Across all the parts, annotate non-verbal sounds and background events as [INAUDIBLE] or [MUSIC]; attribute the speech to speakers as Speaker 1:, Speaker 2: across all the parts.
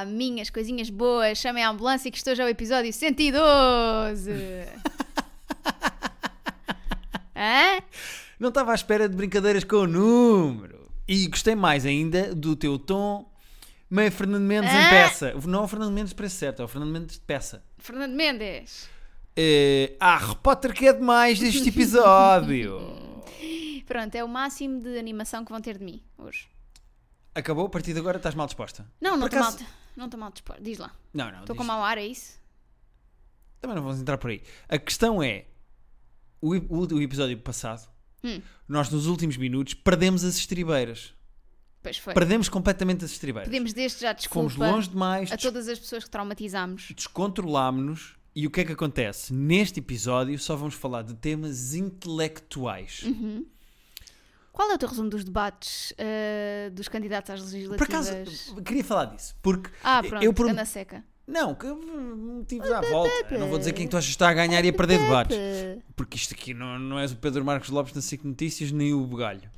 Speaker 1: pequenininhas, coisinhas boas, chamem a ambulância que estou já ao episódio 112.
Speaker 2: [LAUGHS]
Speaker 1: Hã?
Speaker 2: Não estava à espera de brincadeiras com o número. E gostei mais ainda do teu tom meio Fernando Mendes em
Speaker 1: Ah!
Speaker 2: peça. Não é o Fernando Mendes de preço certo, é o Fernando Mendes de peça.
Speaker 1: Fernando Mendes.
Speaker 2: Eh, ah, repórter que é
Speaker 1: [LAUGHS]
Speaker 2: demais deste episódio.
Speaker 1: Pronto, é o máximo de animação que vão ter de mim hoje.
Speaker 2: Acabou, a partir de agora estás mal disposta.
Speaker 1: Não, não
Speaker 2: Por
Speaker 1: estou mal,
Speaker 2: acaso-
Speaker 1: não estou mal dispor. Diz lá.
Speaker 2: Não, não.
Speaker 1: Estou
Speaker 2: diz-
Speaker 1: com mau ar, é isso?
Speaker 2: Também não vamos entrar por aí. A questão é: o, ep- o- o episódio passado,
Speaker 1: Hum.
Speaker 2: nós nos últimos minutos perdemos as estribeiras.
Speaker 1: Pois foi.
Speaker 2: Perdemos completamente as estribeiras.
Speaker 1: Pedimos desde já desculpa
Speaker 2: Fomos longe demais,
Speaker 1: a todas as pessoas que traumatizámos.
Speaker 2: descontrolámos-nos. E o que é que acontece? Neste episódio só vamos falar de temas intelectuais.
Speaker 1: Uhum. Qual é o teu resumo dos debates ah, dos candidatos às
Speaker 2: Por
Speaker 1: legislativas?
Speaker 2: acaso, um queria falar disso, porque
Speaker 1: Ah, pronto,
Speaker 2: eu pergun-
Speaker 1: anda seca.
Speaker 2: Não, que motivos à volta. Eu não vou dizer quem tu achas que está a ganhar e a perder debates.
Speaker 1: Pá,
Speaker 2: Porque isto aqui não, não és o Pedro Marcos Lopes na SIC Notícias nem o Bugalho.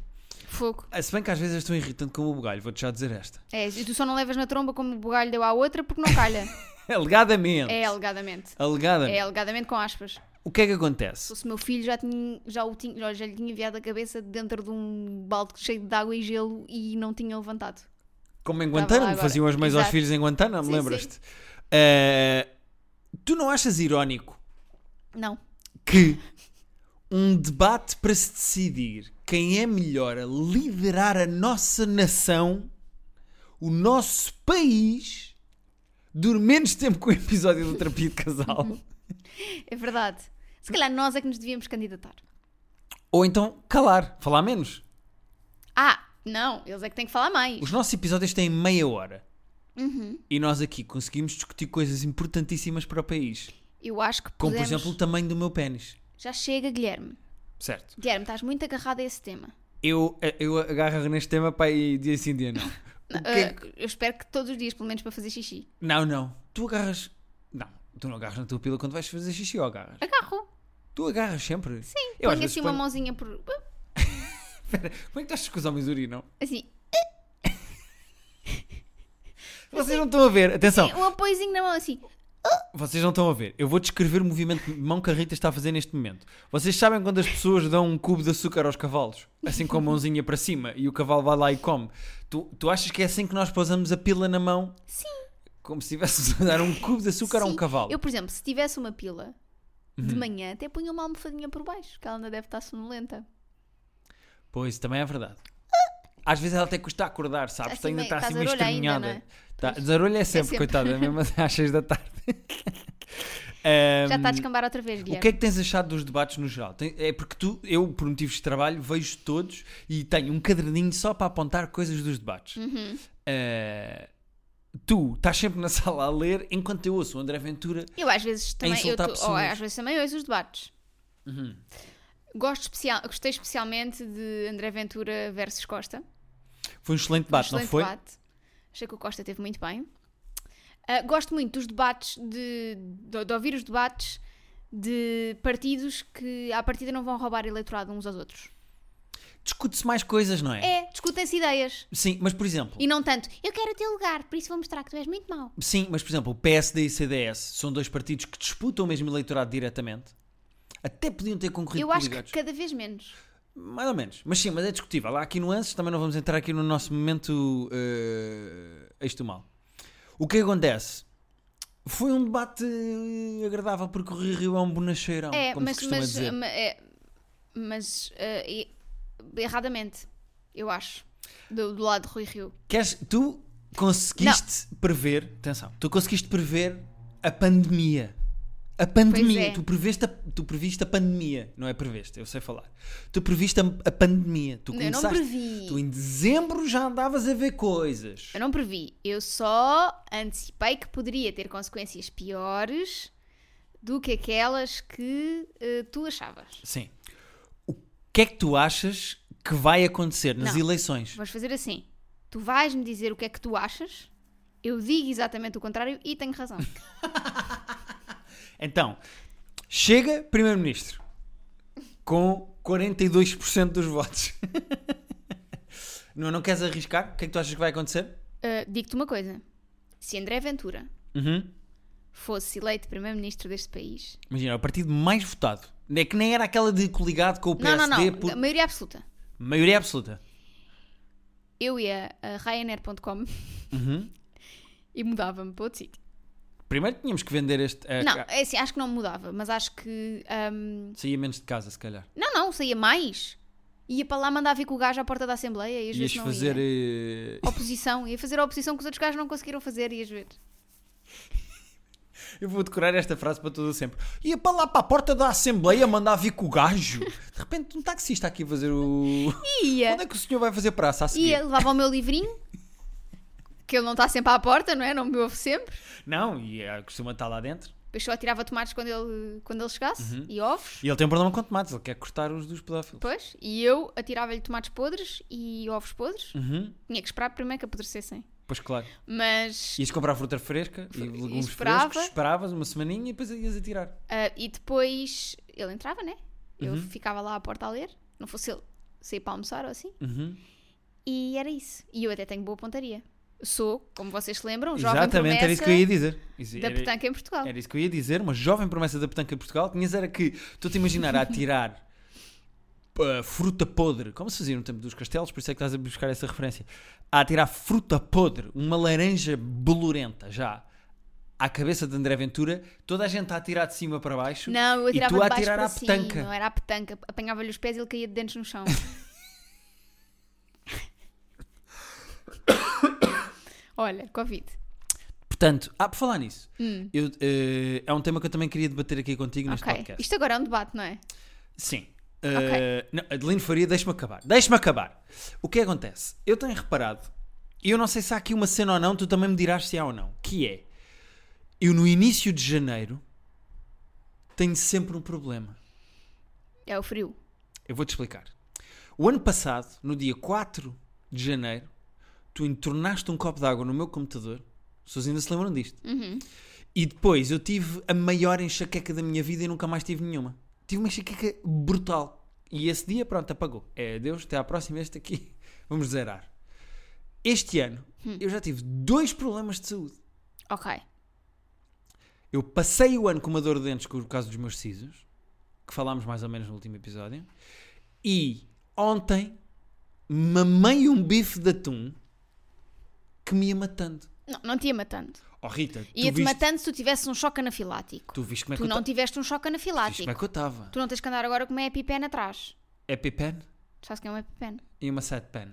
Speaker 1: Fogo.
Speaker 2: Ah, Se bem que às vezes estou irritante com o Bugalho, vou-te já dizer esta. [LAUGHS]
Speaker 1: É, e tu só não levas na tromba como o bugalho deu à outra porque não
Speaker 2: [LAUGHS]
Speaker 1: calha.
Speaker 2: Alegadamente.
Speaker 1: é, alegadamente.
Speaker 2: Alegadamente.
Speaker 1: É, alegadamente com aspas.
Speaker 2: O que é que
Speaker 1: Se
Speaker 2: acontece?
Speaker 1: fosse meu filho, já, tinha, já, o tinha, já- já lhe tinha enviado a cabeça dentro de um balde cheio de água e gelo e não tinha levantado.
Speaker 2: Como em
Speaker 1: Estava lá
Speaker 2: Guantánamo,
Speaker 1: Tá agora.
Speaker 2: faziam as mães aos
Speaker 1: Exato.
Speaker 2: filhos em Guantánamo,
Speaker 1: Sim,
Speaker 2: lembras-te? Ah, tu não achas irónico
Speaker 1: Não.
Speaker 2: que um debate para se decidir quem é melhor a liderar a nossa nação, o nosso país, dure menos tempo que o episódio do Terapia de Casal.
Speaker 1: É verdade. Se calhar nós é que nos devíamos candidatar.
Speaker 2: Ou então calar, falar menos.
Speaker 1: Ah, não, eles é que têm que falar mais.
Speaker 2: Os nossos episódios têm meia hora. E nós aqui conseguimos discutir coisas importantíssimas para o país.
Speaker 1: Eu acho que
Speaker 2: Como,
Speaker 1: podemos...
Speaker 2: por exemplo, o tamanho do meu pênis.
Speaker 1: Já chega, Guilherme.
Speaker 2: Certo.
Speaker 1: Guilherme, estás muito agarrado a esse tema.
Speaker 2: Eu, eu agarro neste tema para ir dia sim, dia não. O que é que-
Speaker 1: Ah, eu espero que todos os dias, pelo menos para fazer xixi.
Speaker 2: Não, não. Tu agarras. Não, tu não agarras na tua pila quando vais fazer xixi ou agarras.
Speaker 1: Agarro.
Speaker 2: Tu agarras sempre. Sim, eu às
Speaker 1: Ponho
Speaker 2: vezes
Speaker 1: assim uma
Speaker 2: ponho-
Speaker 1: mãozinha por...
Speaker 2: Espera, como é que tu achas que os homens urinam?
Speaker 1: Assim,
Speaker 2: Vocês
Speaker 1: é
Speaker 2: não estão a ver, atenção,
Speaker 1: um apoiozinho na mão, assim.
Speaker 2: vocês não estão a ver. Eu vou descrever o movimento de mão que a Rita está a fazer neste momento. Vocês sabem quando as pessoas dão um cubo de açúcar aos cavalos, assim com a mãozinha para cima, e o cavalo vai lá e come. Tu, tu achas que é assim que nós pousamos a pila na mão? Sim. Como se estivéssemos a dar um cubo de açúcar a um
Speaker 1: Sim.
Speaker 2: cavalo. Uhum.
Speaker 1: Eu, por exemplo, se tivesse uma pila de manhã, até punha uma almofadinha por baixo, que ela ainda deve estar sonolenta.
Speaker 2: Pois, também é verdade. Às vezes ela até custa a acordar, sabes?
Speaker 1: Assim,
Speaker 2: ainda
Speaker 1: meio-
Speaker 2: está assim
Speaker 1: tá
Speaker 2: meio
Speaker 1: zarolha ainda,
Speaker 2: estranhada.
Speaker 1: não é?
Speaker 2: Tá, zarolha é sempre,
Speaker 1: sempre.
Speaker 2: coitada, mesmo assim, às 6
Speaker 1: [LAUGHS]
Speaker 2: da tarde. Ahm,
Speaker 1: tá Já está a descambar outra vez,
Speaker 2: Hum, o
Speaker 1: Guilherme.
Speaker 2: que é que tens achado dos debates no geral? Tem- É porque tu, eu, por motivos de trabalho, vejo todos e tenho um caderninho só para apontar coisas dos debates.
Speaker 1: Uhum.
Speaker 2: Ah, tu estás sempre na [LAUGHS] sala a ler enquanto eu ouço o André Ventura.
Speaker 1: Eu às vezes também, eu
Speaker 2: é insultar
Speaker 1: tô-
Speaker 2: pessoas. Uhum.
Speaker 1: ou, às vezes também ouço os debates. Gosto especial, gostei especialmente de André Ventura versus Costa.
Speaker 2: Foi um excelente debate,
Speaker 1: Excelente
Speaker 2: não foi?
Speaker 1: debate. Achei que o Costa teve muito bem. Ah, gosto muito dos debates, de, de, de ouvir os debates de partidos que à partida não vão roubar eleitorado uns aos outros.
Speaker 2: Discute-se mais coisas, não é?
Speaker 1: É, discutem-se ideias.
Speaker 2: Sim, mas por exemplo.
Speaker 1: E não tanto, eu quero o teu lugar, por isso vou mostrar que tu és muito mau.
Speaker 2: Sim, mas por exemplo, o PSD e o CDS são dois partidos que disputam o mesmo eleitorado diretamente. Até podiam ter concorrido
Speaker 1: Eu
Speaker 2: por
Speaker 1: acho que
Speaker 2: ligados.
Speaker 1: cada vez menos.
Speaker 2: Mais ou menos. Mas sim, mas é discutível. Há aqui nuances, também não vamos entrar aqui no nosso momento eh, eixo do mal. O que acontece? Foi um debate eh, agradável porque o Rui Rio é um bonacheirão,
Speaker 1: é,
Speaker 2: como
Speaker 1: mas,
Speaker 2: se costuma
Speaker 1: mas,
Speaker 2: dizer.
Speaker 1: ma- é, mas ah, e- erradamente, eu acho, do, do lado de Rui Rio.
Speaker 2: Queres, tu conseguiste prever, atenção, tu conseguiste prever a pandemia. A pandemia,
Speaker 1: é.
Speaker 2: tu, preveste a, tu previste a pandemia, não é preveste, eu sei falar. Tu previste a, a pandemia, tu
Speaker 1: Não, eu não
Speaker 2: começaste,
Speaker 1: previ.
Speaker 2: tu em dezembro já andavas a ver coisas.
Speaker 1: Eu não previ, eu só antecipei que poderia ter consequências piores do que aquelas que eh, tu achavas.
Speaker 2: Sim. O que é que tu achas que vai acontecer nas
Speaker 1: Não.
Speaker 2: eleições?
Speaker 1: Vamos fazer assim: tu vais-me dizer o que é que tu achas, eu digo exatamente o contrário e tenho razão.
Speaker 2: Então, chega primeiro-ministro com 42% dos votos. não, não queres arriscar? O que é que tu achas que vai acontecer?
Speaker 1: Eh, Digo-te Ah, uma coisa: se André Ventura
Speaker 2: Uhum.
Speaker 1: fosse eleito primeiro-ministro deste país.
Speaker 2: Imagina, é o partido mais votado. É que nem era aquela de coligado com o
Speaker 1: Não,
Speaker 2: PSD.
Speaker 1: não, não.
Speaker 2: é por-
Speaker 1: Maioria absoluta.
Speaker 2: Maioria absoluta.
Speaker 1: Eu ia a Ryanair.com
Speaker 2: Uhum.
Speaker 1: [LAUGHS] e mudava-me para outro sítio.
Speaker 2: Primeiro tínhamos que vender este. eh,
Speaker 1: Não,
Speaker 2: ca-
Speaker 1: é assim, acho que não mudava, mas acho que. hum,
Speaker 2: Saía menos de casa, se calhar.
Speaker 1: Não, não, saía mais. Ia para lá mandar vir com o gajo à porta da Assembleia e às
Speaker 2: Ias
Speaker 1: vezes não
Speaker 2: fazer.
Speaker 1: ia.
Speaker 2: eh,
Speaker 1: Oposição, ia fazer a oposição que os outros gajos não conseguiram fazer, ias ver.
Speaker 2: Eu vou decorar esta frase para todo o sempre. Ia para lá para a porta da Assembleia mandar vir com o gajo. De repente, um taxista aqui a fazer o.
Speaker 1: Ia.
Speaker 2: Onde é que o senhor vai fazer praça a seguir?
Speaker 1: Ia, levava o meu livrinho, que ele não está sempre à porta, não é? Não me ouve sempre.
Speaker 2: Não, e eh, costuma estar lá dentro.
Speaker 1: Depois só tirava tomates quando ele, quando ele chegasse
Speaker 2: Uhum.
Speaker 1: e ovos.
Speaker 2: E ele tem um problema com tomates, ele quer cortar os dos pedófilos.
Speaker 1: Depois, e eu atirava-lhe tomates podres e ovos podres.
Speaker 2: Uhum.
Speaker 1: Tinha que esperar primeiro que apodrecessem.
Speaker 2: Pois claro.
Speaker 1: Mas.
Speaker 2: Ias comprar fruta fresca e legumes
Speaker 1: esperava.
Speaker 2: frescos, esperavas uma semaninha e depois ias atirar.
Speaker 1: ah, e depois ele entrava, né? Eu
Speaker 2: Uhum.
Speaker 1: ficava lá à porta a ler. Não fosse ele sair para almoçar ou assim.
Speaker 2: Uhum.
Speaker 1: E era isso. E eu até tenho boa pontaria. Sou, como vocês se lembram, Um jovem
Speaker 2: Exatamente,
Speaker 1: promessa
Speaker 2: era isso que eu ia dizer. Isso-
Speaker 1: da
Speaker 2: era-
Speaker 1: petanca em Portugal.
Speaker 2: Era isso que eu ia dizer, uma jovem promessa da petanca de Portugal. Tinhas era que, estou-te a imaginar a atirar [LAUGHS] uh, fruta podre, como se fazia no tempo dos castelos, por isso é que estás a buscar essa referência. A atirar fruta podre, uma laranja bolorenta já, à cabeça de André Ventura, toda a gente a atirar de cima para baixo.
Speaker 1: Não, eu
Speaker 2: E
Speaker 1: atirava
Speaker 2: tu a
Speaker 1: de baixo
Speaker 2: atirar
Speaker 1: para
Speaker 2: à petanca.
Speaker 1: cima, é? era a petanca. Apanhava-lhe os pés e ele caía de dentes no
Speaker 2: [COUGHS]
Speaker 1: chão. Olha, Covid.
Speaker 2: Portanto, ah, por falar nisso, eu, eh, é um tema que eu também queria debater aqui contigo neste
Speaker 1: Hum. ok.
Speaker 2: podcast.
Speaker 1: Isto agora é um debate, não é?
Speaker 2: Sim. Eh, não, Adelino Faria, deixa-me acabar. Deixa-me acabar. O que acontece? Eu tenho reparado, e eu não sei se há aqui uma cena ou não, tu também me dirás se há ou não, que é, eu no início de janeiro tenho sempre um problema.
Speaker 1: É o frio.
Speaker 2: Eu vou-te explicar. O ano passado, no dia 4 de janeiro, tu entornaste um copo de água no meu computador. As pessoas ainda se lembram disto. E depois eu tive a maior enxaqueca da minha vida e nunca mais tive nenhuma. Tive uma enxaqueca brutal. E esse dia, pronto, apagou. É adeus, até à próxima. Este aqui, [LAUGHS] vamos zerar. Este ano, eu já tive dois problemas de saúde.
Speaker 1: Ok.
Speaker 2: Eu passei o ano com uma dor de dentes por causa dos meus sisos, que falámos mais ou menos no último episódio, e ontem mamei um bife de atum que me ia matando.
Speaker 1: Não, não te ia matando.
Speaker 2: Oh Rita, tu
Speaker 1: Ia-te
Speaker 2: viste,
Speaker 1: matando se tu tivesse um choque anafilático. Tu,
Speaker 2: tu viste como é que eu
Speaker 1: não
Speaker 2: ta-
Speaker 1: tiveste um choque
Speaker 2: tu viste como
Speaker 1: anafilático.
Speaker 2: é que eu estava.
Speaker 1: Tu não tens que andar agora com uma EpiPen atrás.
Speaker 2: EpiPen
Speaker 1: Tu Sabes quem é uma EpiPen?
Speaker 2: e uma sad pen.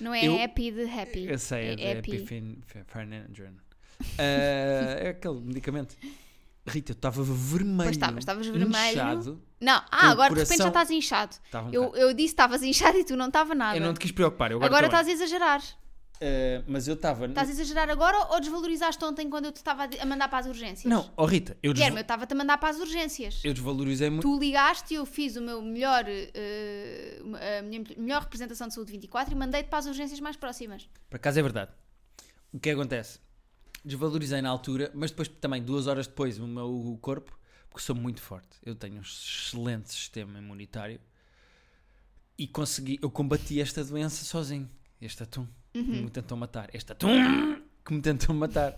Speaker 1: Não é
Speaker 2: Eu-
Speaker 1: happy de happy.
Speaker 2: Eu sei, é de
Speaker 1: é happy.
Speaker 2: Epiphenandrin. é aquele medicamento. Rita, eu estava vermelho.
Speaker 1: Pois estavas, estavas vermelho.
Speaker 2: inchado.
Speaker 1: Não,
Speaker 2: O
Speaker 1: ah, agora de repente
Speaker 2: coração-
Speaker 1: já estás inchado.
Speaker 2: Estava um
Speaker 1: Eu,
Speaker 2: bocado-
Speaker 1: eu disse que estavas inchado e tu não estava nada.
Speaker 2: Eu não te quis preocupar. eu Agora,
Speaker 1: agora
Speaker 2: tô bem.
Speaker 1: estás a exagerar.
Speaker 2: Eh, mas eu estava.
Speaker 1: Estás a exagerar agora ou desvalorizaste ontem quando eu te estava a di- a mandar para as urgências?
Speaker 2: Não, oh Rita, eu, desva-
Speaker 1: Guilherme, eu estava-te a mandar para as urgências.
Speaker 2: eu desvalorizei muito.
Speaker 1: Tu ligaste e eu fiz o meu melhor, eh, a minha melhor representação de saúde 24 e mandei-te para as urgências mais próximas.
Speaker 2: Por acaso é verdade. O que acontece? Desvalorizei na altura, mas depois também, duas horas depois, o meu corpo, porque sou muito forte. Eu tenho um excelente sistema imunitário e consegui, eu combati esta doença sozinho. Este atum
Speaker 1: Uhum.
Speaker 2: que me tentou matar. Este atum que me tentou matar.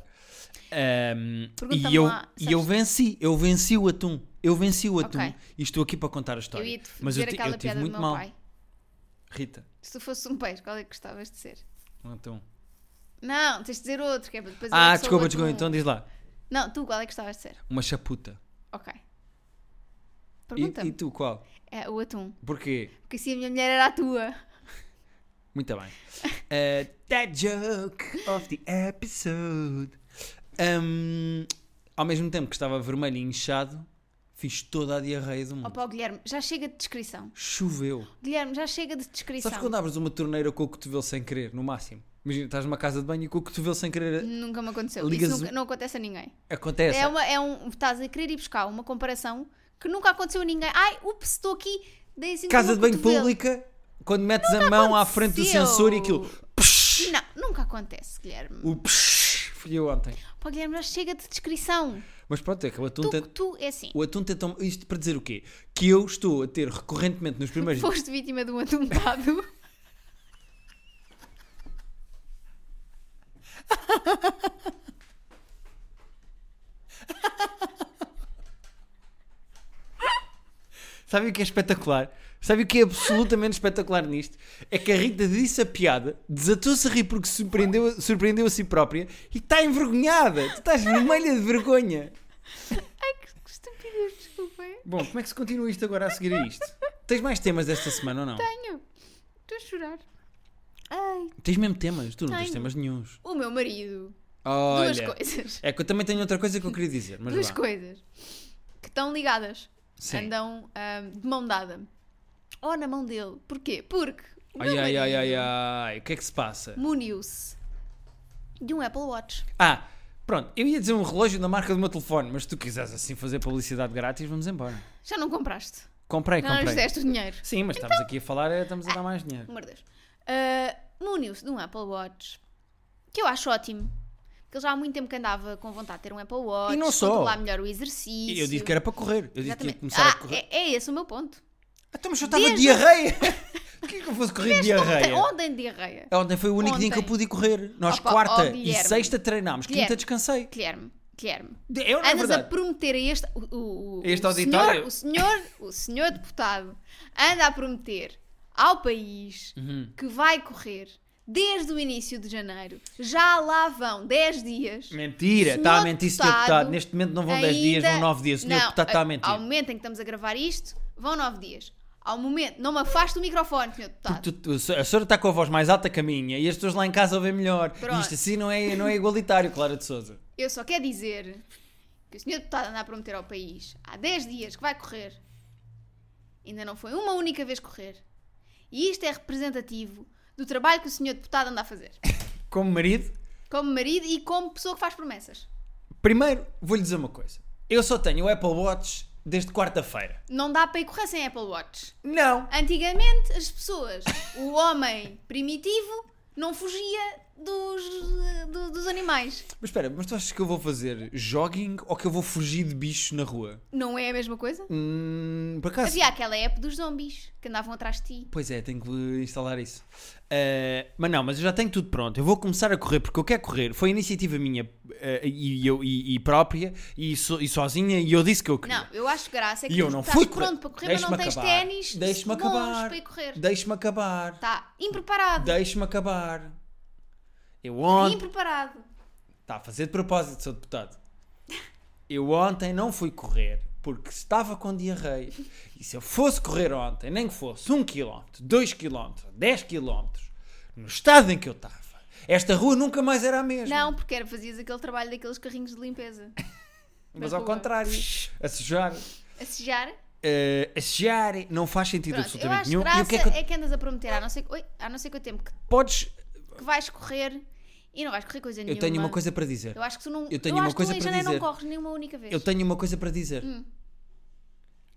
Speaker 2: Ahm,
Speaker 1: Pergunta-me
Speaker 2: e eu,
Speaker 1: lá,
Speaker 2: e eu
Speaker 1: sabes-
Speaker 2: venci, eu venci o atum. Eu venci o atum.
Speaker 1: Ok.
Speaker 2: E estou aqui para contar a história.
Speaker 1: eu ia-te
Speaker 2: Tá mas
Speaker 1: dizer
Speaker 2: eu, ti-
Speaker 1: aquela
Speaker 2: eu tive
Speaker 1: piada do
Speaker 2: muito
Speaker 1: meu
Speaker 2: mal.
Speaker 1: pai.
Speaker 2: Rita,
Speaker 1: Se tu fosses um peixe, qual é que gostavas de ser?
Speaker 2: um atum.
Speaker 1: Não, tens de dizer outro, que é para depois eu é
Speaker 2: Ah,
Speaker 1: que sou
Speaker 2: desculpa,
Speaker 1: outro
Speaker 2: desculpa,
Speaker 1: um.
Speaker 2: então diz lá.
Speaker 1: Não, tu qual é que gostavas de ser?
Speaker 2: Uma chaputa.
Speaker 1: Ok.
Speaker 2: E,
Speaker 1: Pergunta-me.
Speaker 2: e tu qual?
Speaker 1: É o atum.
Speaker 2: Porquê?
Speaker 1: Porque assim a minha mulher era a tua.
Speaker 2: Hum. Muito bem. Eh, that joke of the episode. Ahm, ao mesmo tempo que estava vermelho e inchado, fiz toda a diarreia do mundo.
Speaker 1: Opa, Guilherme, já chega de descrição.
Speaker 2: Choveu.
Speaker 1: Guilherme, já chega de descrição.
Speaker 2: Sabes quando abres uma torneira com o cotovelo sem querer, no máximo? Imagina, estás numa casa de banho e com o cotovelo sem querer
Speaker 1: Nunca me aconteceu.
Speaker 2: Ligas
Speaker 1: Isso
Speaker 2: um-
Speaker 1: nunca, não acontece a ninguém.
Speaker 2: acontece.
Speaker 1: É, uma, é um. Estás a querer ir buscar uma comparação que nunca aconteceu a ninguém. Ai, ups, estou aqui. Dei assim com o
Speaker 2: Casa
Speaker 1: meu
Speaker 2: de banho
Speaker 1: cotovelo.
Speaker 2: pública, quando metes a mão à frente do
Speaker 1: aconteceu.
Speaker 2: sensor e aquilo. Psh,
Speaker 1: Não, nunca acontece, Guilherme.
Speaker 2: o psh, fui eu ontem.
Speaker 1: Pá, Guilherme, já chega de descrição.
Speaker 2: Mas pronto, é que o atum
Speaker 1: Tu,
Speaker 2: tem-
Speaker 1: tu é assim.
Speaker 2: O atum tentou. Isto para dizer o quê? Que eu estou a ter recorrentemente nos primeiros.
Speaker 1: Foste vítima de um atentado.
Speaker 2: Sabe o que é espetacular? Sabe o que é absolutamente espetacular nisto? É que a Rita disse a piada, desatou-se a rir porque se surpreendeu, surpreendeu a si própria e está envergonhada. Tu estás vermelha de vergonha.
Speaker 1: Ai, que [LAUGHS] que estupidez, desculpem.
Speaker 2: Bom, como é que se continua isto agora a seguir a isto? Tens mais temas desta semana ou não?
Speaker 1: Tenho. Estou a chorar. Ai.
Speaker 2: Tens mesmo temas? Tu não tens
Speaker 1: Tenho.
Speaker 2: temas nenhuns.
Speaker 1: O meu marido.
Speaker 2: Olha,
Speaker 1: Duas coisas.
Speaker 2: é que eu também tenho outra coisa que eu queria dizer, mas
Speaker 1: Duas
Speaker 2: vá.
Speaker 1: coisas. Que estão ligadas.
Speaker 2: Sim.
Speaker 1: Andam ahm, de mão dada. Ou na mão dele. Porquê? Porque o meu
Speaker 2: Ai, ai, ai, ai,
Speaker 1: marido
Speaker 2: ai, o que é que se passa?
Speaker 1: muniu-se de um Apple Watch.
Speaker 2: Ah, pronto, eu ia dizer um relógio da marca do meu telefone, mas se tu quiseres assim fazer publicidade grátis, vamos embora.
Speaker 1: Já não compraste.
Speaker 2: Comprei,
Speaker 1: Já não é nos
Speaker 2: comprei.
Speaker 1: deste o dinheiro.
Speaker 2: Sim, mas estamos aqui a falar, é, estamos a dar mais dinheiro.
Speaker 1: Amor de Deus. Ah, Muniu-se de um Apple Watch. Que eu acho ótimo. Porque ele já há muito tempo que andava com vontade de ter um Apple Watch.
Speaker 2: E não só.
Speaker 1: controlar melhor o exercício.
Speaker 2: E eu disse que era para correr. Eu disse que ia
Speaker 1: Exatamente.
Speaker 2: começar
Speaker 1: ah,
Speaker 2: a correr.
Speaker 1: É, é esse o meu ponto.
Speaker 2: Então, mas eu estava de
Speaker 1: Desde-
Speaker 2: diarreia. [LAUGHS] Por que é que eu fosse correr de
Speaker 1: Ontem,
Speaker 2: diarreia? É,
Speaker 1: ontem diarreia.
Speaker 2: Ontem foi o único dia em que eu
Speaker 1: Ontem.
Speaker 2: pude ir correr. Nós
Speaker 1: Opa,
Speaker 2: quarta
Speaker 1: oh,
Speaker 2: e
Speaker 1: Guilherme.
Speaker 2: sexta treinámos, quinta
Speaker 1: Guilherme.
Speaker 2: descansei.
Speaker 1: Guilherme, Guilherme.
Speaker 2: Eu não é
Speaker 1: Andas a
Speaker 2: verdade.
Speaker 1: prometer a este, o- o, o,
Speaker 2: Este
Speaker 1: o senhor, o
Speaker 2: auditório?
Speaker 1: senhor, o senhor deputado anda a prometer ao país
Speaker 2: Uhum.
Speaker 1: que vai correr desde o início de janeiro. Já lá vão 10 dias.
Speaker 2: Mentira,
Speaker 1: Senhor
Speaker 2: está a mentir, senhor
Speaker 1: deputado,
Speaker 2: deputado. Neste momento não vão 10 dias,
Speaker 1: ainda-
Speaker 2: vão 9 dias. Senhor
Speaker 1: Não, ah,
Speaker 2: deputado está a
Speaker 1: Ao
Speaker 2: mentir.
Speaker 1: momento em que estamos a gravar isto, vão 9 dias. Ao momento, não me afaste o microfone, senhor deputado.
Speaker 2: Tu- tu- a senhora está com a voz mais alta que a minha e as pessoas lá em casa ouvem melhor.
Speaker 1: Pronto.
Speaker 2: Isto assim não é, não é igualitário, Clara de Souza.
Speaker 1: Eu só quero dizer que o senhor deputado anda a prometer ao país há 10 dias que vai correr. Ainda não foi uma única vez correr. E isto é representativo do trabalho que o senhor deputado anda a fazer.
Speaker 2: Como marido,
Speaker 1: Como marido e como pessoa que faz promessas.
Speaker 2: primeiro vou-lhe dizer uma coisa. Eu só tenho o Apple Watch desde quarta-feira.
Speaker 1: Não dá para ir correr sem Apple Watch.
Speaker 2: Não.
Speaker 1: Antigamente, as pessoas, o homem primitivo, não fugia dos, eh, do- dos animais.
Speaker 2: Mas espera, mas tu achas que eu vou fazer jogging ou que eu vou fugir de bichos na rua?
Speaker 1: Não é a mesma coisa?
Speaker 2: Hum, por acaso.
Speaker 1: Havia aquela app dos zombies que andavam atrás de ti.
Speaker 2: Pois é, tenho que instalar isso. Eh, mas não, mas eu já tenho tudo pronto. Eu vou começar a correr porque eu quero correr. Foi iniciativa minha eh, e, eu, e, e própria e, so- e sozinha e eu disse que eu queria.
Speaker 1: Não, eu acho graça é que
Speaker 2: E eu
Speaker 1: tu
Speaker 2: não
Speaker 1: estás
Speaker 2: fui correr.
Speaker 1: pronto para correr, mas não
Speaker 2: Deixa-me
Speaker 1: tens
Speaker 2: acabar.
Speaker 1: ténis
Speaker 2: Deixa-me
Speaker 1: bons
Speaker 2: acabar.
Speaker 1: para ir correr. Tá.
Speaker 2: Deixa-me acabar.
Speaker 1: Está impreparado.
Speaker 2: Deixa-me acabar. Eu ontem.
Speaker 1: Impreparado.
Speaker 2: Está a fazer de propósito, seu deputado. Eu ontem não fui correr porque estava com diarreia. E se eu fosse correr ontem, nem que fosse 1 km, 2 km, 10 km, no estado em que eu estava, esta rua nunca mais era a mesma.
Speaker 1: Não, porque era, fazias aquele trabalho daqueles carrinhos de limpeza.
Speaker 2: Mas
Speaker 1: da
Speaker 2: ao
Speaker 1: rua.
Speaker 2: contrário, a sujar.
Speaker 1: A sejar.
Speaker 2: eh, a sujar não faz sentido
Speaker 1: Pronto, eu
Speaker 2: absolutamente
Speaker 1: acho
Speaker 2: nenhum. E
Speaker 1: graça
Speaker 2: o que é que
Speaker 1: é que andas a prometer há não sei, oi, há não sei quanto tempo que,
Speaker 2: podes.
Speaker 1: que vais correr e não vais correr coisa
Speaker 2: Eu
Speaker 1: nenhuma.
Speaker 2: tenho uma coisa para dizer.
Speaker 1: Eu acho que tu não.
Speaker 2: Eu tenho uma
Speaker 1: acho
Speaker 2: coisa
Speaker 1: que tu em
Speaker 2: para
Speaker 1: janeiro
Speaker 2: dizer.
Speaker 1: não corres nenhuma única vez.
Speaker 2: Eu tenho uma coisa para dizer.
Speaker 1: Hum.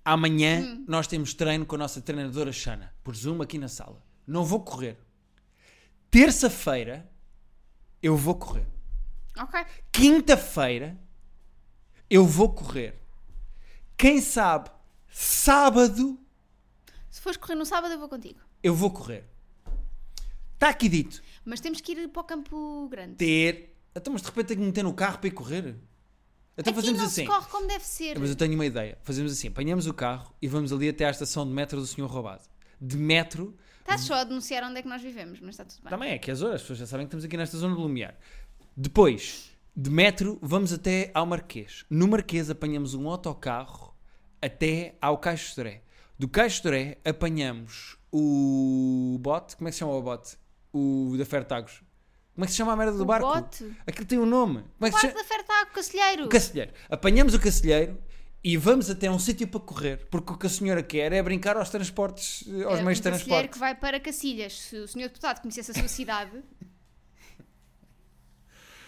Speaker 2: Amanhã nós temos treino com a nossa treinadora Xana, por Zoom aqui na sala. Não vou correr. Terça-feira eu vou correr.
Speaker 1: Ok.
Speaker 2: Quinta-feira eu vou correr. Quem sabe, sábado
Speaker 1: Se fores correr no sábado, eu vou contigo.
Speaker 2: eu vou correr. Está aqui dito.
Speaker 1: Mas temos que ir para o Campo Grande.
Speaker 2: Ter. Então, mas de repente tenho que meter no carro para ir correr. Então
Speaker 1: Aqui
Speaker 2: fazemos
Speaker 1: não
Speaker 2: assim.
Speaker 1: se corre como deve ser.
Speaker 2: Mas eu tenho uma ideia. Fazemos assim: apanhamos o carro e vamos ali até à estação de metro do Senhor Roubado. De metro.
Speaker 1: Estás só a denunciar onde é que nós vivemos, mas está tudo bem.
Speaker 2: Também é que as horas, as pessoas já sabem que estamos aqui nesta zona do Lumiar. Depois, de metro, vamos até ao Marquês. No Marquês, apanhamos um autocarro até ao Caixo Toré. Do Caixo Toré, apanhamos o bote. Como é que se chama o bote? O da Fertagos. Como é que se chama a merda do
Speaker 1: O
Speaker 2: barco?
Speaker 1: bote?
Speaker 2: Aquilo tem um nome. Como é que se
Speaker 1: Quarto
Speaker 2: chama?
Speaker 1: da Fertago, Cacilheiro.
Speaker 2: O cacilheiro. Apanhamos o cacilheiro e vamos até um sítio para correr, porque o que a senhora quer é brincar aos transportes, eh, aos
Speaker 1: É, um
Speaker 2: meios de
Speaker 1: Cacilheiro
Speaker 2: transporte.
Speaker 1: que vai para Cacilhas. Se o senhor deputado conhecesse a sua
Speaker 2: [LAUGHS]
Speaker 1: cidade.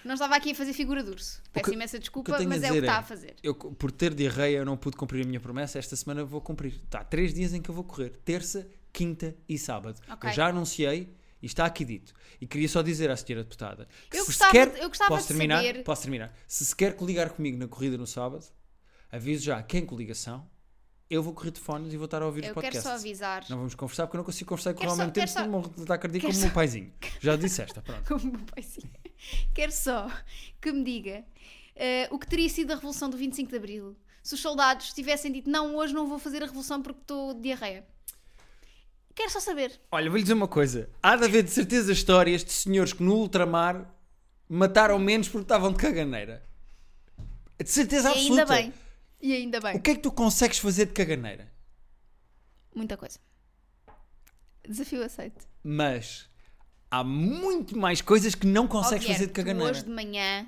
Speaker 1: não estava aqui a fazer figura de urso. Peço
Speaker 2: que-
Speaker 1: imensa desculpa,
Speaker 2: tenho a
Speaker 1: mas é o que
Speaker 2: dizer
Speaker 1: está
Speaker 2: é-
Speaker 1: a fazer.
Speaker 2: Eu, co- por ter diarreia, eu não pude cumprir a minha promessa. Esta semana vou cumprir. Há três dias em que eu vou correr: terça, quinta e sábado.
Speaker 1: Ok.
Speaker 2: Eu já anunciei e está aqui dito. E queria só dizer à senhora deputada que
Speaker 1: Eu
Speaker 2: se
Speaker 1: gostava
Speaker 2: sequer.
Speaker 1: de- eu gostava
Speaker 2: posso
Speaker 1: de
Speaker 2: terminar?
Speaker 1: saber-
Speaker 2: Posso terminar? Se sequer coligar comigo na corrida no sábado, aviso já quem coligação. Eu vou correr de fones e vou estar a ouvir os
Speaker 1: Eu
Speaker 2: podcasts.
Speaker 1: quero só avisar.
Speaker 2: Não vamos conversar porque eu não consigo conversar com
Speaker 1: Quero
Speaker 2: ela ao
Speaker 1: só-
Speaker 2: mesmo tempo
Speaker 1: quero só-
Speaker 2: senão morro de ataque
Speaker 1: [LAUGHS]
Speaker 2: cardíaco
Speaker 1: quero
Speaker 2: como o meu paizinho. Já disse esta,
Speaker 1: [LAUGHS]
Speaker 2: pronto.
Speaker 1: Como o meu pai sim. Quero só que me diga eh, o que teria sido a revolução do 25 de Abril se os soldados tivessem dito não, hoje não vou fazer a revolução porque estou de diarreia. Quero só saber.
Speaker 2: Olha, vou-lhe dizer uma coisa. Há de haver de certeza histórias de senhores que no ultramar mataram menos porque estavam de caganeira. De certeza
Speaker 1: e ainda
Speaker 2: absoluta.
Speaker 1: bem. E ainda bem.
Speaker 2: O que é que tu consegues fazer de caganeira?
Speaker 1: Muita coisa. Desafio aceito.
Speaker 2: Mas há muito mais coisas que não consegues
Speaker 1: Ó, Guilherme,
Speaker 2: fazer de
Speaker 1: tu
Speaker 2: caganeira.
Speaker 1: Hoje de manhã,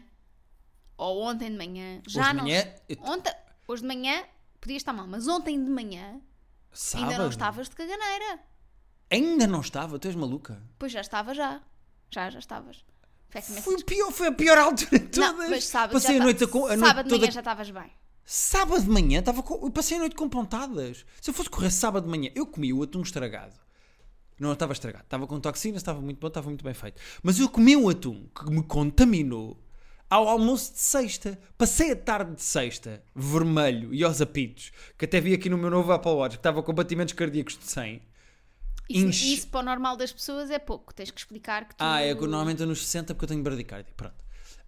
Speaker 1: ou ontem de manhã, já
Speaker 2: de
Speaker 1: não.
Speaker 2: manhã, eu-
Speaker 1: Ontem, hoje de manhã podias estar mal, mas ontem de manhã
Speaker 2: Sábado?
Speaker 1: ainda não estavas de caganeira.
Speaker 2: Ainda não estava, tu és maluca.
Speaker 1: Pois já estava já. Já, já estavas. Foi assim, mas-
Speaker 2: Foi, o pior, foi a pior altura de todas.
Speaker 1: Não, mas sábado
Speaker 2: passei
Speaker 1: já
Speaker 2: a
Speaker 1: ta-
Speaker 2: noite, a com- a noite
Speaker 1: sábado de
Speaker 2: toda
Speaker 1: manhã já estavas bem.
Speaker 2: Sábado de manhã, estava com- eu passei a noite com pontadas. Se eu fosse correr sábado de manhã, eu comi o atum estragado. Não, estava estragado. Estava com toxinas, estava muito bom, estava muito bem feito. Mas eu comi um atum que me contaminou ao almoço de sexta. Passei a tarde de sexta, vermelho e aos apitos, que até vi aqui no meu novo Apple Watch, que estava com batimentos cardíacos de 100.
Speaker 1: Isso,
Speaker 2: Enche-
Speaker 1: isso para o normal das pessoas é pouco. Tens que explicar que tu...
Speaker 2: Ah, é que eu normalmente eu nos 60 porque eu tenho bradicardia. Pronto.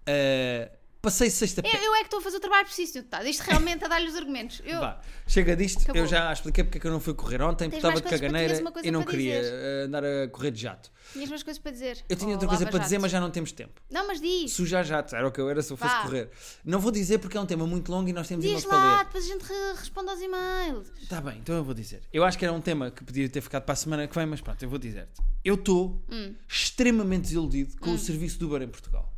Speaker 2: Ah, passei sexta...
Speaker 1: Eu, eu é que estou a fazer o trabalho preciso. Tá, isto realmente a dar-lhe os argumentos. Eu...
Speaker 2: Vá, chega disto,
Speaker 1: Acabou.
Speaker 2: eu já expliquei porque é que eu não fui correr ontem,
Speaker 1: Tens
Speaker 2: porque estava
Speaker 1: mais
Speaker 2: de
Speaker 1: coisas para- tinhas
Speaker 2: caganeira
Speaker 1: uma coisa
Speaker 2: e não
Speaker 1: para
Speaker 2: queria
Speaker 1: dizer.
Speaker 2: eh, andar a correr de jato.
Speaker 1: Tinhas mais coisas para dizer.
Speaker 2: Eu tinha
Speaker 1: Oh,
Speaker 2: outra coisa
Speaker 1: lava
Speaker 2: para dizer,
Speaker 1: jatos.
Speaker 2: mas já não temos tempo.
Speaker 1: Não, mas diz.
Speaker 2: Sujar jato, era o que eu era se eu fosse
Speaker 1: Vá.
Speaker 2: correr. Não vou dizer porque é um tema muito longo e nós temos
Speaker 1: Diz lá,
Speaker 2: e-mails para ler.
Speaker 1: depois a gente re- responde aos e-mails.
Speaker 2: Está bem, então eu vou dizer. Eu acho que era um tema que podia ter ficado para a semana que vem, mas pronto, eu vou dizer-te. Eu estou extremamente desiludido com o serviço do Uber em Portugal.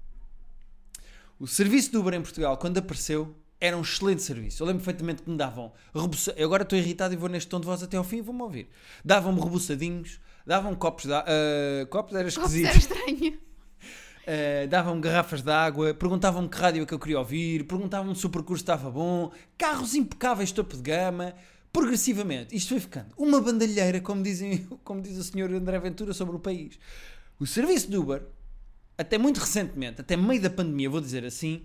Speaker 2: O serviço do Uber em Portugal, quando apareceu, era um excelente serviço. Eu lembro perfeitamente que me davam. rebuça- Eu agora estou irritado e vou neste tom de voz até ao fim e vou-me ouvir. Davam-me rebuçadinhos, davam copos de. a- ah, copos era
Speaker 1: Como
Speaker 2: esquisito.
Speaker 1: era estranho.
Speaker 2: Uh, davam-me garrafas de água, perguntavam-me que rádio é que eu queria ouvir, perguntavam-me se o percurso estava bom, carros impecáveis topo de gama. Progressivamente, isto foi ficando uma bandalheira, como, dizem, [LAUGHS] como diz o senhor André Ventura sobre o país. O serviço do Uber, até muito recentemente, até meio da pandemia, vou dizer assim,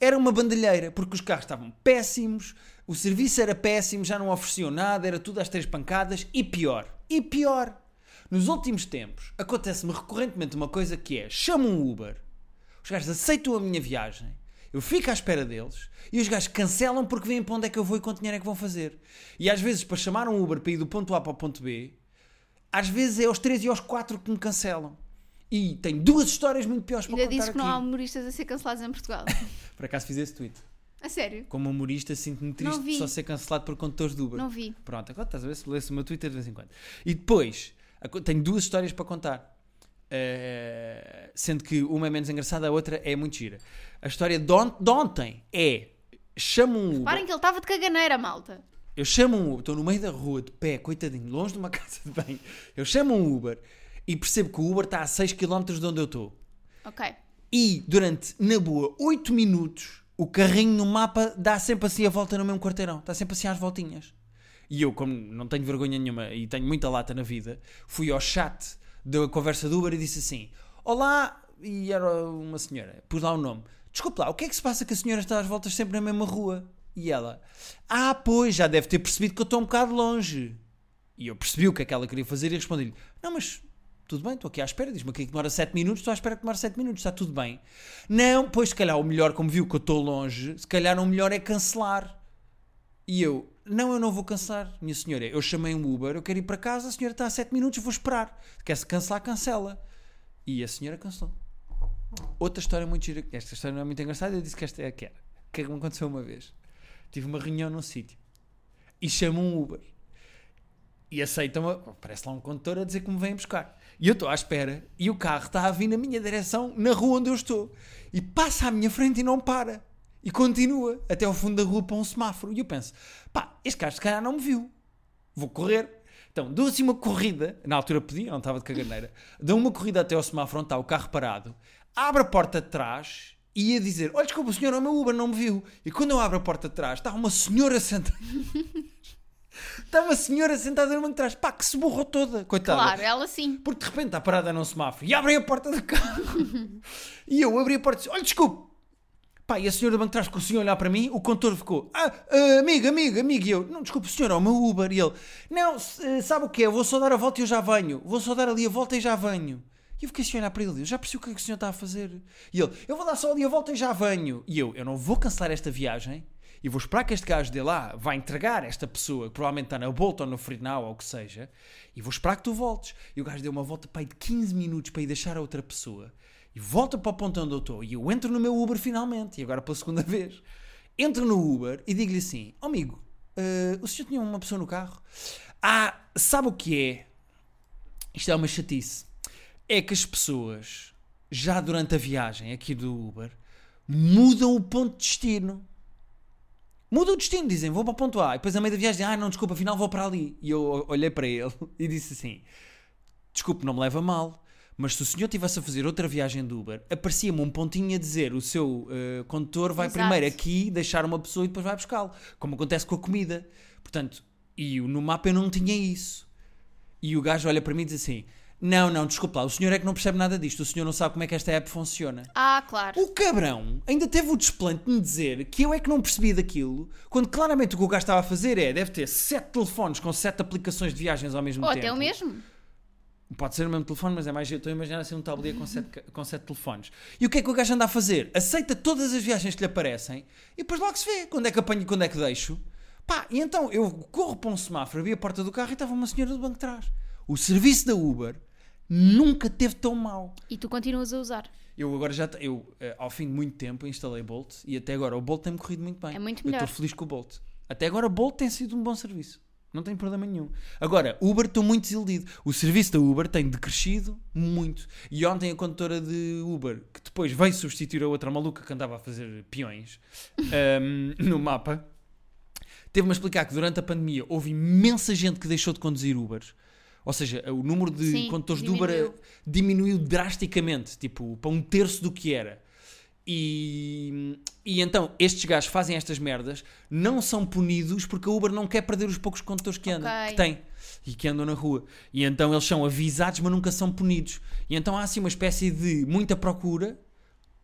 Speaker 2: era uma bandalheira, porque os carros estavam péssimos, o serviço era péssimo, já não ofereciam nada, era tudo às três pancadas e pior. E pior! Nos últimos tempos, acontece-me recorrentemente uma coisa que é: chamo um Uber, os gajos aceitam a minha viagem, eu fico à espera deles e os gajos cancelam porque veem para onde é que eu vou e quanto dinheiro é que vão fazer. E às vezes, para chamar um Uber para ir do ponto A para o ponto B, às vezes é aos 3 e aos 4 que me cancelam. E tenho duas histórias muito piores para
Speaker 1: Ainda
Speaker 2: contar
Speaker 1: disse que não há um-
Speaker 2: aqui.
Speaker 1: humoristas a ser cancelados em Portugal.
Speaker 2: Por acaso fiz esse tweet.
Speaker 1: [LAUGHS] A sério.
Speaker 2: Como humorista, sinto-me triste
Speaker 1: vi.
Speaker 2: de só ser cancelado por condutores de Uber.
Speaker 1: Não vi.
Speaker 2: Pronto, agora estás a ver se lê-se o meu Twitter de vez em quando. E depois, aco- tenho duas histórias para contar. Eh, sendo que uma é menos engraçada, a outra é muito gira. A história de, on- de ontem é: chamo um Uber.
Speaker 1: Parem que ele estava de caganeira, malta.
Speaker 2: Eu chamo um Uber, estou no meio da rua, de pé, coitadinho, longe de uma [LAUGHS] casa de banho. Eu chamo um Uber e percebo que o Uber está a 6 km de onde eu estou.
Speaker 1: Ok.
Speaker 2: E durante, na boa, 8 minutos, o carrinho no mapa dá sempre assim a volta no mesmo quarteirão. Está sempre assim às voltinhas. E eu, como não tenho vergonha nenhuma e tenho muita lata na vida, fui ao chat da conversa do Uber e disse assim: Olá, e era uma senhora, pus lá o nome. Desculpe lá, o que é que se passa que a senhora está às voltas sempre na mesma rua? E ela: Ah, pois, já deve ter percebido que eu estou um bocado longe. E eu percebi o que é que ela queria fazer e respondi-lhe: Não, mas tudo bem, estou aqui à espera. Diz-me aqui que demora 7 minutos, estou à espera que demore 7 minutos, está tudo bem. Não, pois se calhar o melhor, como viu que eu estou longe, se calhar o melhor é cancelar. E eu: Não, eu não vou cancelar, minha senhora. Eu chamei um Uber, eu quero ir para casa, a senhora está a 7 minutos, eu vou esperar. Quer-se cancelar, cancela. E a senhora cancelou. Outra história muito gira. Esta história não é muito engraçada, eu disse que esta é a que era. O que é que me aconteceu uma vez? Tive uma reunião num sítio e chamo um Uber e aceitam, parece lá um condutor a dizer que me vêm buscar. E eu estou à espera e o carro está a vir na minha direção, na rua onde eu estou. E passa à minha frente e não para. E continua até ao fundo da rua para um semáforo. E eu penso, pá, este carro se calhar não me viu. Vou correr. Então, dou assim uma corrida, na altura pedi, não estava de caganeira, dou uma corrida até ao semáforo onde está o carro parado, abro a porta de trás e ia dizer, olha, desculpa, o senhor é o meu Uber, não me viu. E quando eu abro a porta de trás, está uma senhora sentada [LAUGHS] Está uma senhora sentada no banco de trás, pá, que se borrou toda, coitada.
Speaker 1: Claro, ela sim.
Speaker 2: Porque de repente está parada num semáforo e abrem a porta do carro. e eu abri a porta e disse: Olha, desculpe. Pá, e a senhora do banco de trás conseguiu olhar para mim, o contorno ficou: Ah, ah, amigo, amigo, amigo. E eu: Não, desculpe, senhor, é o meu Uber. E ele: Não, s- eh, sabe o que é? Vou só dar a volta e eu já venho. Vou só dar ali a volta e já venho. E eu fiquei assim a olhar para ele, eu já percebi o que é que o senhor está a fazer. E ele, eu vou dar só ali a volta e já venho. E eu, eu não vou cancelar esta viagem e vou esperar que este gajo dê lá, vai entregar esta pessoa, que provavelmente está na Bolt ou no Frinal ou o que seja, e vou esperar que tu voltes. E o gajo deu uma volta para aí de 15 minutos para ir deixar a outra pessoa. E volta para o ponto onde eu estou. E eu entro no meu Uber finalmente, e agora pela segunda [LAUGHS] vez. Entro no Uber e digo-lhe assim, "Ó amigo, eh, o senhor tinha uma pessoa no carro? Ah, sabe o que é? Isto é uma chatice. É que as pessoas, já durante a viagem aqui do Uber, mudam o ponto de destino. Mudam o destino, dizem, vou para o ponto A. E depois, a meio da viagem, ah, não, desculpa, afinal vou para ali. E eu olhei para ele [LAUGHS] e disse assim: desculpe, não me leva a mal, mas se o senhor estivesse a fazer outra viagem do Uber, aparecia-me um pontinho a dizer o seu eh, condutor vai
Speaker 1: Exato.
Speaker 2: primeiro aqui deixar uma pessoa e depois vai buscá-lo, como acontece com a comida. Portanto, e eu- no mapa eu não tinha isso. E o gajo olha para mim e diz assim: não, não, desculpe lá, o senhor é que não percebe nada disto, o senhor não sabe como é que esta app funciona.
Speaker 1: Ah, claro.
Speaker 2: O cabrão ainda teve o desplante de me dizer que eu é que não percebia daquilo, quando claramente o que o gajo estava a fazer é, deve ter sete telefones com sete aplicações de viagens ao mesmo
Speaker 1: Ou
Speaker 2: tempo.
Speaker 1: Oh, até o mesmo.
Speaker 2: Pode ser o mesmo telefone, mas é mais. Eu estou a imaginar assim um tabuleiro com sete, ca- com sete telefones. E o que é que o gajo anda a fazer? Aceita todas as viagens que lhe aparecem e depois logo se vê quando é que apanho e quando é que deixo. Pá, e então eu corro para um semáforo, abri a porta do carro e estava uma senhora do banco de trás. O serviço da Uber nunca teve tão mau.
Speaker 1: E tu continuas a usar.
Speaker 2: Eu agora já te- eu eh, ao fim de muito tempo instalei Bolt e até agora o Bolt tem-me corrido muito bem.
Speaker 1: É muito
Speaker 2: Eu
Speaker 1: melhor.
Speaker 2: estou feliz com o Bolt. Até agora o Bolt tem sido um bom serviço. Não tenho problema nenhum. Agora, Uber estou muito desiludido. O serviço da Uber tem decrescido muito. E ontem a condutora de Uber, que depois veio substituir a outra maluca que andava a fazer peões ehm, no mapa, teve-me a explicar que durante a pandemia houve imensa gente que deixou de conduzir Uber. Ou seja, o número de
Speaker 1: Sim,
Speaker 2: condutores de Uber eh,
Speaker 1: diminuiu.
Speaker 2: diminuiu drasticamente, tipo, para um terço do que era. E, e então, estes gajos fazem estas merdas, não são punidos porque a Uber não quer perder os poucos condutores que andam,
Speaker 1: Ok.
Speaker 2: que tem e que andam na rua. E então eles são avisados, mas nunca são punidos. E então há assim uma espécie de muita procura,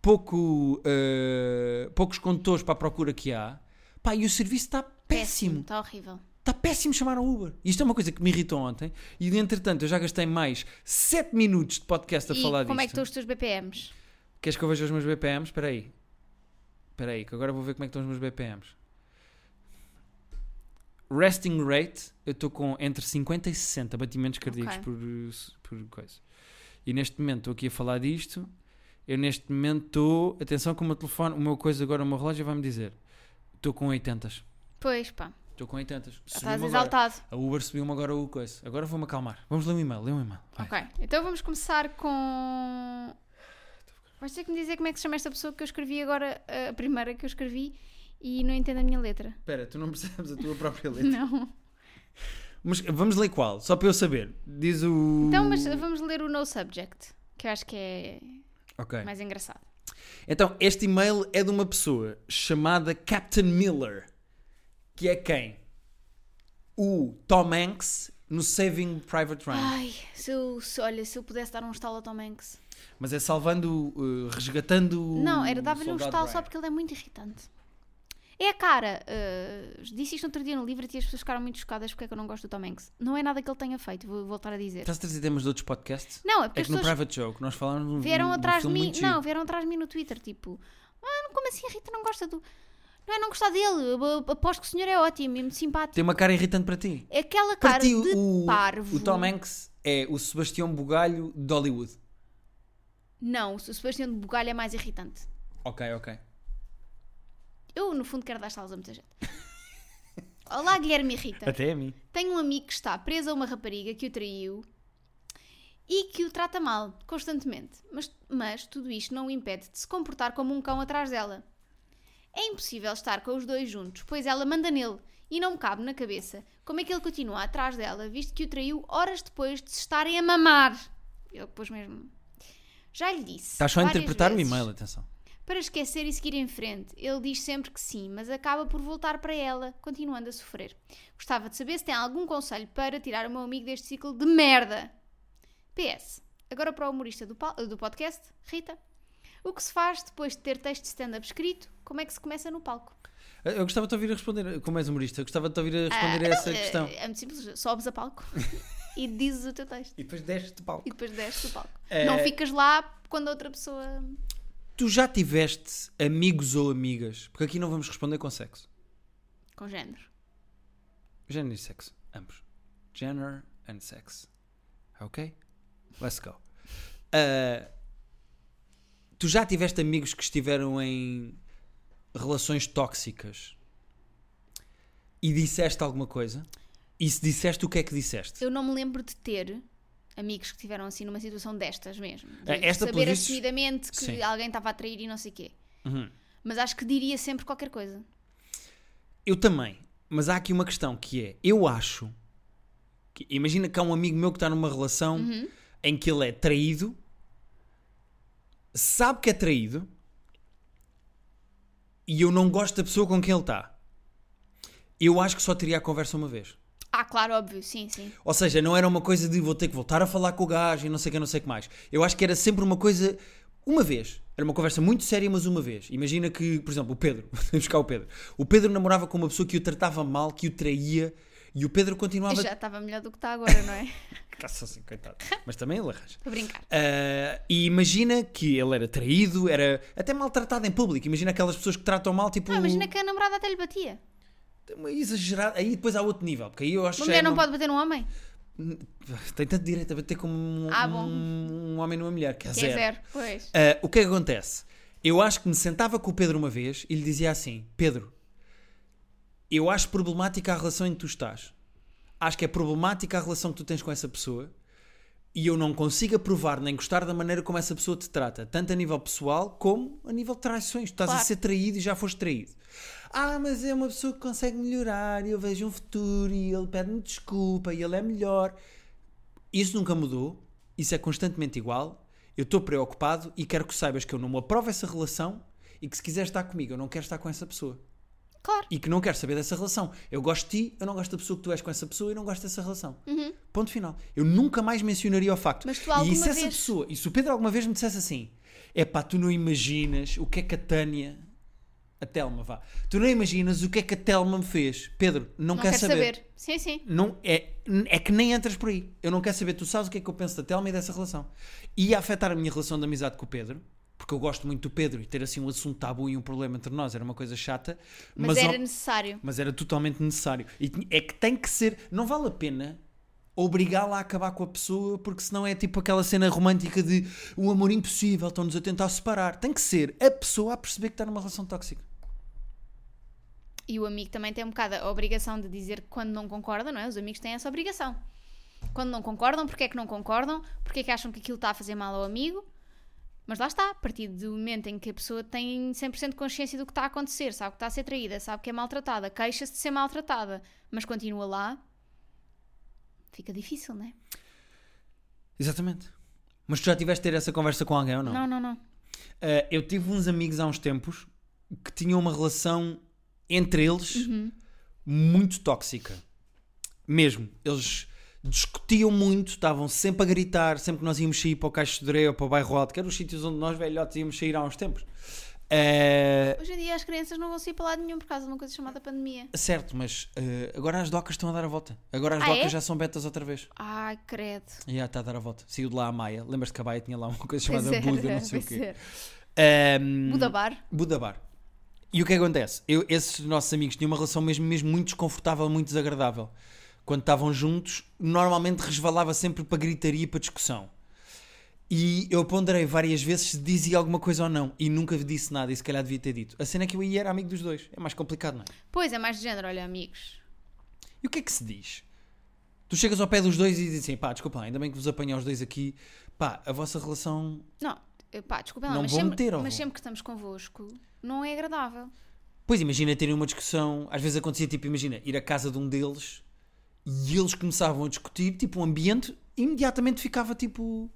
Speaker 2: pouco, eh, poucos condutores para a procura que há. Pá, e o serviço está péssimo.
Speaker 1: Está Tá horrível.
Speaker 2: Está péssimo chamar a Uber. Isto é uma coisa que me irritou ontem. E entretanto, eu já gastei mais 7 minutos de podcast a
Speaker 1: e
Speaker 2: falar
Speaker 1: como é que
Speaker 2: disto.
Speaker 1: estão os teus BPMs?
Speaker 2: Queres que eu veja os meus BPMs? Espera aí. Espera aí, que agora vou ver como é que estão os meus BPMs. Resting rate, eu estou com entre 50 e 60 batimentos cardíacos
Speaker 1: Ok.
Speaker 2: por, uh, s- por coisa. E neste momento estou aqui a falar disto. Eu neste momento estou. Atenção que o meu telefone, o meu coisa agora, o meu relógio vai-me dizer. Estou com 80.
Speaker 1: Pois pá,
Speaker 2: Estou com 80.
Speaker 1: estás
Speaker 2: Subiu-me agora.
Speaker 1: exaltado.
Speaker 2: A Uber subiu-me agora o coisa. Agora vou-me acalmar. Vamos ler um e-mail, ler um e-mail. Vai.
Speaker 1: Ok, então vamos começar com. Vais ter que me dizer como é que se chama esta pessoa que eu escrevi agora, a primeira que eu escrevi, e não entendo a minha letra.
Speaker 2: Espera, tu não percebes a tua [LAUGHS] própria letra.
Speaker 1: Não.
Speaker 2: Mas vamos ler qual? Só para eu saber. Diz o.
Speaker 1: Então, mas vamos ler o No Subject, que eu acho que é
Speaker 2: Ok.
Speaker 1: mais engraçado.
Speaker 2: Então, este e-mail é de uma pessoa chamada Captain Miller, que é quem? O Tom Hanks no Saving Private Ryan.
Speaker 1: Ai, se eu, se- olha, se eu pudesse dar um estalo ao Tom Hanks.
Speaker 2: Mas é salvando, uh, resgatando. o
Speaker 1: não, era dava-lhe um
Speaker 2: soldado
Speaker 1: estalo só
Speaker 2: Ryan.
Speaker 1: porque ele é muito irritante. É a cara. eh, disse isto no outro dia no livro e as pessoas ficaram muito chocadas porque é que eu não gosto do Tom Hanks. Não é nada que ele tenha feito, vou voltar a dizer.
Speaker 2: Estás a trazer temas de outros podcasts?
Speaker 1: Não, é porque
Speaker 2: Então, É
Speaker 1: as
Speaker 2: que no
Speaker 1: pessoas
Speaker 2: Private Joke nós falámos de um
Speaker 1: Vieram
Speaker 2: de um
Speaker 1: atrás de
Speaker 2: filme
Speaker 1: mim,
Speaker 2: muito giro.
Speaker 1: não, vieram atrás de mim no Twitter, tipo, mano, como assim a Rita não gosta do. Não é não gostar dele, eu ap- aposto que o senhor é ótimo, é muito simpático. É
Speaker 2: Tem uma cara irritante para ti.
Speaker 1: Aquela cara
Speaker 2: para ti,
Speaker 1: de
Speaker 2: o,
Speaker 1: parvo.
Speaker 2: o Tom Hanks é o Sebastião Bugalho de Hollywood.
Speaker 1: Não, o Sebastião de Bugalho é mais irritante.
Speaker 2: Ok, ok.
Speaker 1: Eu, no fundo, quero dar salas a muita gente. [LAUGHS] Olá, Guilherme e Rita.
Speaker 2: Até a mim.
Speaker 1: Tenho um amigo que está preso a uma rapariga que o traiu e que o trata mal, constantemente. Mas, mas tudo isto não o impede de se comportar como um cão atrás dela. É impossível estar com os dois juntos, pois ela manda nele e não me cabe na cabeça como é que ele continua atrás dela, visto que o traiu horas depois de se estarem a mamar. Ele pôs mesmo. Já lhe disse.
Speaker 2: Estás só a
Speaker 1: várias
Speaker 2: interpretar
Speaker 1: vezes
Speaker 2: o e-mail, atenção.
Speaker 1: para esquecer e seguir em frente. Ele diz sempre que sim, mas acaba por voltar para ela, continuando a sofrer. Gostava de saber se tem algum conselho para tirar o meu amigo deste ciclo de merda. PS. Agora para o humorista do, pal- do podcast, Rita. O que se faz depois de ter texto de stand-up escrito? Como é que se começa no palco?
Speaker 2: Eu- Eu gostava de te ouvir a responder, como és humorista, eu gostava de te ouvir a responder a
Speaker 1: Ah,
Speaker 2: essa
Speaker 1: não, é-
Speaker 2: questão. [LAUGHS]
Speaker 1: É, muito simples, sobes a palco e dizes o teu texto.
Speaker 2: E depois deste palco.
Speaker 1: E depois desces do palco.
Speaker 2: É.
Speaker 1: Não ficas lá quando a outra pessoa.
Speaker 2: Tu já tiveste amigos ou amigas? Porque aqui não vamos responder com sexo.
Speaker 1: com género.
Speaker 2: Género e sexo. Ambos. Gender and sex. Ok? Let's go. Ah, tu já tiveste amigos que estiveram em relações tóxicas e disseste alguma coisa? E se disseste, o que é que disseste?
Speaker 1: Eu não me lembro de ter amigos que tiveram assim numa situação destas mesmo. De
Speaker 2: É, esta,
Speaker 1: saber
Speaker 2: pelos vistos,
Speaker 1: assumidamente que
Speaker 2: sim.
Speaker 1: alguém estava a trair e não sei o quê.
Speaker 2: Uhum.
Speaker 1: Mas acho que diria sempre qualquer coisa.
Speaker 2: Eu também. Mas há aqui uma questão que é: eu acho. Que, imagina que há um amigo meu que está numa relação em que ele é traído, sabe que é traído e eu não gosto da pessoa com quem ele está. Eu acho que só teria a conversa uma vez.
Speaker 1: Ah, claro, óbvio, sim, sim.
Speaker 2: Ou seja, não era uma coisa de vou ter que voltar a falar com o gajo e não sei o que, não sei o que mais. Eu acho que era sempre uma coisa, uma vez. Era uma conversa muito séria, mas uma vez. Imagina que, por exemplo, o Pedro, [LAUGHS] vamos buscar o Pedro. O Pedro namorava com uma pessoa que o tratava mal, que o traía, e o Pedro continuava.
Speaker 1: Já estava melhor do que está agora,
Speaker 2: [LAUGHS]
Speaker 1: não é?
Speaker 2: Caça assim, coitado. Mas também ele arranja.
Speaker 1: Estou a brincar.
Speaker 2: Ah, e imagina que ele era traído, era até maltratado em público. Imagina aquelas pessoas que tratam mal, tipo.
Speaker 1: Ah, imagina que a namorada até lhe batia.
Speaker 2: Exagerado. Aí depois há outro nível, porque aí eu acho
Speaker 1: Uma
Speaker 2: que
Speaker 1: mulher
Speaker 2: já é
Speaker 1: não
Speaker 2: uma-
Speaker 1: pode bater num homem?
Speaker 2: Tem tanto direito a bater como um,
Speaker 1: Ah, bom.
Speaker 2: um homem numa mulher, que é
Speaker 1: Que
Speaker 2: zero.
Speaker 1: é zero. Pois.
Speaker 2: Ah, o que é que acontece? Eu acho que me sentava com o Pedro uma vez e lhe dizia assim: Pedro, eu acho problemática a relação em que tu estás. Acho que é problemática a relação que tu tens com essa pessoa e eu não consigo aprovar nem gostar da maneira como essa pessoa te trata, tanto a nível pessoal como a nível de traições. Tu estás a
Speaker 1: Claro.
Speaker 2: ser traído e já foste traído. Ah, mas é uma pessoa que consegue melhorar, e eu vejo um futuro e ele pede-me desculpa e ele é melhor. Isso nunca mudou, isso é constantemente igual. Eu estou preocupado e quero que saibas que eu não me aprovo essa relação e que se quiser estar comigo, eu não quero estar com essa pessoa.
Speaker 1: Claro.
Speaker 2: E que não quero saber dessa relação. Eu gosto de ti, eu não gosto da pessoa que tu és com essa pessoa e não gosto dessa relação. Ponto final. Eu nunca mais mencionaria o facto.
Speaker 1: Uhum. Mas tu
Speaker 2: e
Speaker 1: alguma
Speaker 2: se essa
Speaker 1: vez-
Speaker 2: pessoa, e se o Pedro alguma vez me dissesse assim: é pá, tu não imaginas o que é que a Tânia. A Telma, vá. Tu não imaginas o que é que a Telma me fez. Pedro, não,
Speaker 1: Não
Speaker 2: quer
Speaker 1: quero
Speaker 2: saber.
Speaker 1: saber. Sim, sim.
Speaker 2: Não, é, é que nem entras por aí. Eu não quero saber, tu sabes o que é que eu penso da Telma e dessa relação. Ia afetar a minha relação de amizade com o Pedro, porque eu gosto muito do Pedro e ter assim um assunto tabu e um problema entre nós era uma coisa chata,
Speaker 1: Mas,
Speaker 2: mas, ao- mas
Speaker 1: era
Speaker 2: era...
Speaker 1: necessário.
Speaker 2: totalmente necessário. E tinha- é que tem que ser, não vale a pena obrigá-la a acabar com a pessoa, porque senão é tipo aquela cena romântica de o amor impossível, estão-nos a tentar separar. Tem que ser a pessoa a perceber que está numa relação tóxica.
Speaker 1: E o amigo também tem um bocado a obrigação de dizer que quando não concorda, não é? Os amigos têm essa obrigação. Quando não concordam, porque é que não concordam? Porque é que acham que aquilo está a fazer mal ao amigo? Mas lá está, a partir do momento em que a pessoa tem 100% consciência do que está a acontecer, sabe que está a ser traída, sabe que é maltratada, queixa-se de ser maltratada, mas continua lá, fica difícil, não é?
Speaker 2: Exatamente. Mas tu já tiveste de ter essa conversa com alguém ou
Speaker 1: Não, não, não.
Speaker 2: Uh, eu tive uns amigos há uns tempos que tinham uma relação entre eles muito tóxica. Mesmo. Eles discutiam muito, estavam sempre a gritar, sempre que nós íamos sair para o Caixo de Areia ou para o Bairro Alto, que eram os sítios onde nós velhotes íamos sair há uns tempos. Uh,
Speaker 1: Hoje em dia as crianças não vão sair para lado nenhum por causa de uma coisa chamada pandemia.
Speaker 2: certo, mas uh, agora as docas estão a dar a volta. Agora as
Speaker 1: Ah,
Speaker 2: docas
Speaker 1: é?
Speaker 2: já são betas outra vez.
Speaker 1: Ai, credo.
Speaker 2: Já está a dar a volta. Saiu de lá a Maia. Lembras-te que a Maia tinha lá uma coisa
Speaker 1: Pois
Speaker 2: chamada
Speaker 1: era,
Speaker 2: Buda, não sei o
Speaker 1: pois é.
Speaker 2: quê.
Speaker 1: era.
Speaker 2: Um,
Speaker 1: Budabar.
Speaker 2: Budabar. E o que acontece? Eu- esses nossos amigos tinham uma relação mesmo, mesmo muito desconfortável, muito desagradável. Quando estavam juntos, normalmente resvalava sempre para gritaria e para discussão. E eu ponderei várias vezes se dizia alguma coisa ou não. E nunca disse nada, e se calhar devia ter dito. A cena é que eu ia era amigo dos dois. É mais complicado, não é?
Speaker 1: Pois, é mais de género, olha, amigos.
Speaker 2: E o que é que se diz? Tu chegas ao pé dos dois e dizes assim: pá, desculpa, lá, ainda bem que vos apanhei aos dois aqui. Pá, a vossa relação.
Speaker 1: Não, eh, pá, desculpem lá,
Speaker 2: Não
Speaker 1: mas,
Speaker 2: vou
Speaker 1: sempre,
Speaker 2: meter, ó.
Speaker 1: mas sempre que estamos convosco não é agradável.
Speaker 2: Pois imagina terem uma discussão, às vezes acontecia tipo, imagina, ir à casa de um deles e eles começavam a discutir, tipo, o ambiente imediatamente ficava tipo.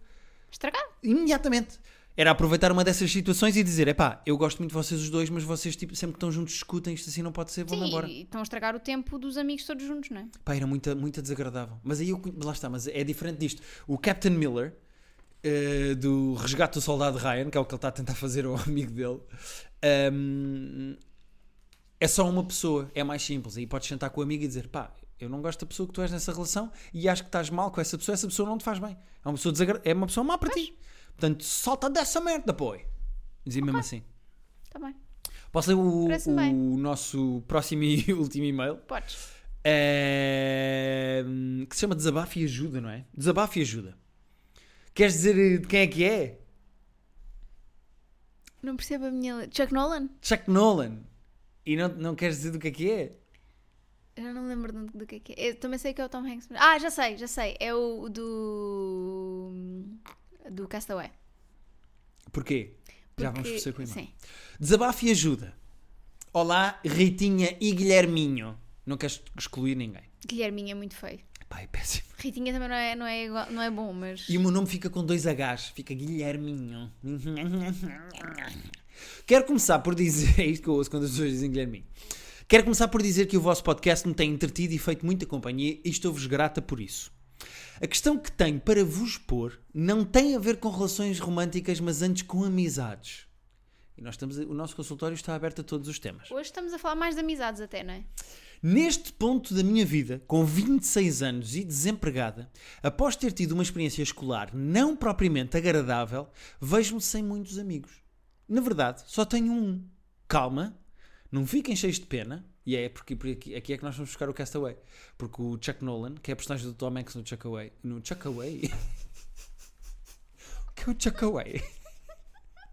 Speaker 1: Estragado.
Speaker 2: Imediatamente. Era aproveitar uma dessas situações e dizer: epá, eu gosto muito de vocês os dois, mas vocês tipo, sempre que estão juntos discutem, isto assim não pode ser, vão
Speaker 1: Sim,
Speaker 2: embora.
Speaker 1: e estão a estragar o tempo dos amigos todos juntos, não é?
Speaker 2: Pá, era muito, muito desagradável. Mas aí eu, conhe- lá está, mas é diferente disto. O Captain Miller, eh, do Resgate do Soldado Ryan, que é o que ele está a tentar fazer ao [LAUGHS] amigo dele, ehm, é só uma pessoa, é mais simples. Aí podes sentar com o amigo e dizer: pá, eu não gosto da pessoa que tu és nessa relação e acho que estás mal com essa pessoa, essa pessoa não te faz bem. É uma pessoa, desagra... é uma pessoa má para ti. Portanto, solta dessa merda, pô. Dizia mesmo assim.
Speaker 1: Está Tá bem.
Speaker 2: Posso ler o,
Speaker 1: Parece-me bem.
Speaker 2: o nosso próximo e [LAUGHS] último e-mail?
Speaker 1: Podes.
Speaker 2: É, que se chama Desabafo e Ajuda, não é? Desabafo e Ajuda. Queres dizer eh, de quem é que é?
Speaker 1: Não percebo a minha. le- Chuck Nolan?
Speaker 2: Chuck Nolan. E não, não queres dizer do que é que é?
Speaker 1: Eu já não lembro do, do que é que é. Eu também sei que é o Tom Hanks. mas- Ah, já sei, já sei. É o do. do Castaway.
Speaker 2: Porquê? Já vamos
Speaker 1: Porque-
Speaker 2: perceber com o e-mail.
Speaker 1: Sim.
Speaker 2: Desabafo e Ajuda. Olá, Ritinha e Guilherminho. Não queres excluir ninguém.
Speaker 1: Guilherminho é muito feio.
Speaker 2: Pai, péssimo.
Speaker 1: Ritinha também não é, não é, igual- não é bom, mas.
Speaker 2: E o meu nome fica com dois H's, fica Guilherminho. [LAUGHS] Quero começar por dizer, é isto que eu ouço quando as pessoas dizem Guilherminho. Quero começar por dizer que o vosso podcast me tem entretido e feito muita companhia e estou-vos grata por isso. A questão que tenho para vos pôr não tem a ver com relações românticas, mas antes com amizades. E nós estamos, a- o nosso consultório está aberto a todos os temas.
Speaker 1: Hoje estamos a falar mais de amizades, até, não é?
Speaker 2: Neste ponto da minha vida, com 26 anos e desempregada, após ter tido uma experiência escolar não propriamente agradável, vejo-me sem muitos amigos. Na verdade, só tenho um. Calma, não fiquem cheios de pena. E é porque por aqui, aqui é que nós vamos buscar o Castaway. Porque o Chuck Nolan, que é a personagem do Tom Hanks no Chuck Away. No Chuck Away? [LAUGHS] o que é o Chuck Away? [LAUGHS]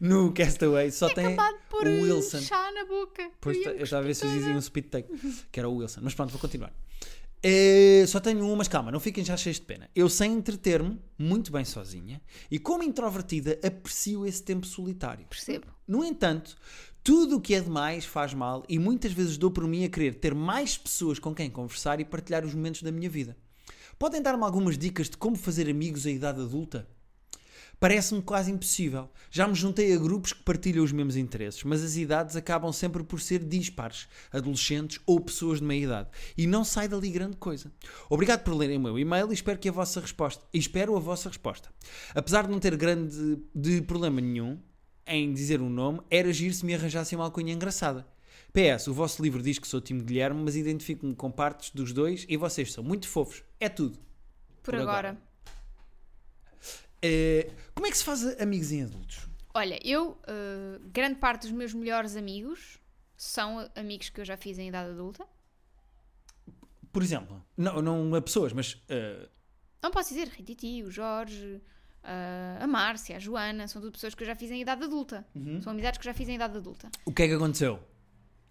Speaker 2: no Castaway só tem
Speaker 1: É Acabado por
Speaker 2: É o Wilson.
Speaker 1: chá na boca.
Speaker 2: Pois
Speaker 1: Eu
Speaker 2: tá-
Speaker 1: ia me
Speaker 2: eu estava a ver se
Speaker 1: cuspir
Speaker 2: eles
Speaker 1: toda.
Speaker 2: diziam um speed take, que era o Wilson. Mas pronto, vou continuar. Eh, só tenho um, mas calma, não fiquem já cheios de pena. Eu sei entreter-me muito bem sozinha e, como introvertida, aprecio esse tempo solitário.
Speaker 1: Percebo.
Speaker 2: No entanto, tudo o que é demais faz mal e muitas vezes dou por mim a querer ter mais pessoas com quem conversar e partilhar os momentos da minha vida. Podem dar-me algumas dicas de como fazer amigos à idade adulta? Parece-me quase impossível. Já me juntei a grupos que partilham os mesmos interesses, mas as idades acabam sempre por ser dispares, adolescentes ou pessoas de meia idade, e não sai dali grande coisa. Obrigado por lerem o meu e-mail e espero que a vossa resposta, e espero a vossa resposta. Apesar de não ter grande de problema nenhum em dizer um nome, era agir se me arranjassem uma alcunha engraçada. PS, o vosso livro diz que sou time Guilherme, mas identifico-me com partes dos dois e vocês são muito fofos. É tudo.
Speaker 1: Por,
Speaker 2: Por agora.
Speaker 1: agora.
Speaker 2: Eh, como é que se faz amigos em adultos?
Speaker 1: Olha, eu, eh, grande parte dos meus melhores amigos são amigos que eu já fiz em idade adulta.
Speaker 2: Por exemplo, não, não a pessoas, mas eh,
Speaker 1: Não posso dizer, Rititi, o Jorge, ah, a Márcia, a Joana, são tudo pessoas que eu já fiz em idade adulta.
Speaker 2: Uhum.
Speaker 1: São amizades que eu já fiz em idade adulta.
Speaker 2: o que é que aconteceu?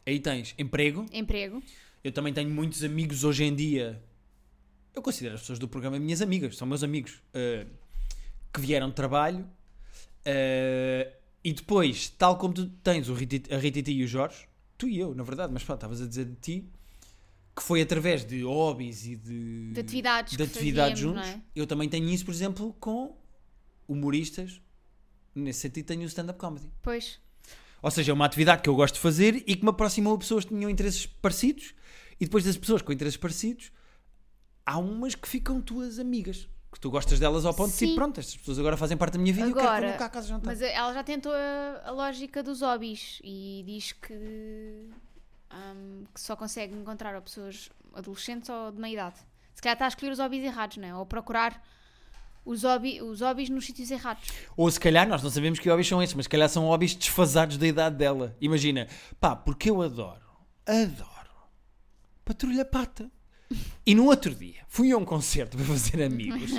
Speaker 2: Aí tens emprego.
Speaker 1: Emprego.
Speaker 2: Eu também tenho muitos amigos hoje em dia. Eu considero as pessoas do programa minhas amigas, são meus amigos eh, que vieram de trabalho. eh, e depois, tal como tu tens o Rititi- a Rititi e o Jorge, tu e eu, na verdade, mas pronto, estavas a dizer de ti que foi através de hobbies e de,
Speaker 1: De atividades
Speaker 2: de
Speaker 1: que
Speaker 2: atividades
Speaker 1: fazíamos,
Speaker 2: juntos.
Speaker 1: não é?
Speaker 2: Eu também tenho isso, por exemplo, com humoristas. Nesse sentido, tenho o stand-up comedy.
Speaker 1: Pois.
Speaker 2: Ou seja, é uma atividade que eu gosto de fazer e que me aproximou de pessoas que tinham interesses parecidos. E depois das pessoas com interesses parecidos, há umas que ficam tuas amigas. Que tu gostas delas ao ponto de
Speaker 1: Sim.
Speaker 2: dizer, pronto, estas pessoas agora fazem parte da minha vida e é eu quero
Speaker 1: Agora,
Speaker 2: colocar a casa jantar.
Speaker 1: Mas eh, ela já tentou a, a lógica dos hobbies e diz que, ahm, que só consegue encontrar ou pessoas adolescentes ou de meia idade. Se calhar está a escolher os hobbies errados, não é? Ou procurar os, hobby, os hobbies nos sítios errados.
Speaker 2: Ou se calhar, nós não sabemos que hobbies são esses, mas se calhar são hobbies desfasados da idade dela. Imagina, pá, porque eu adoro, adoro, patrulha pata. E no outro dia, fui a um concerto para fazer amigos.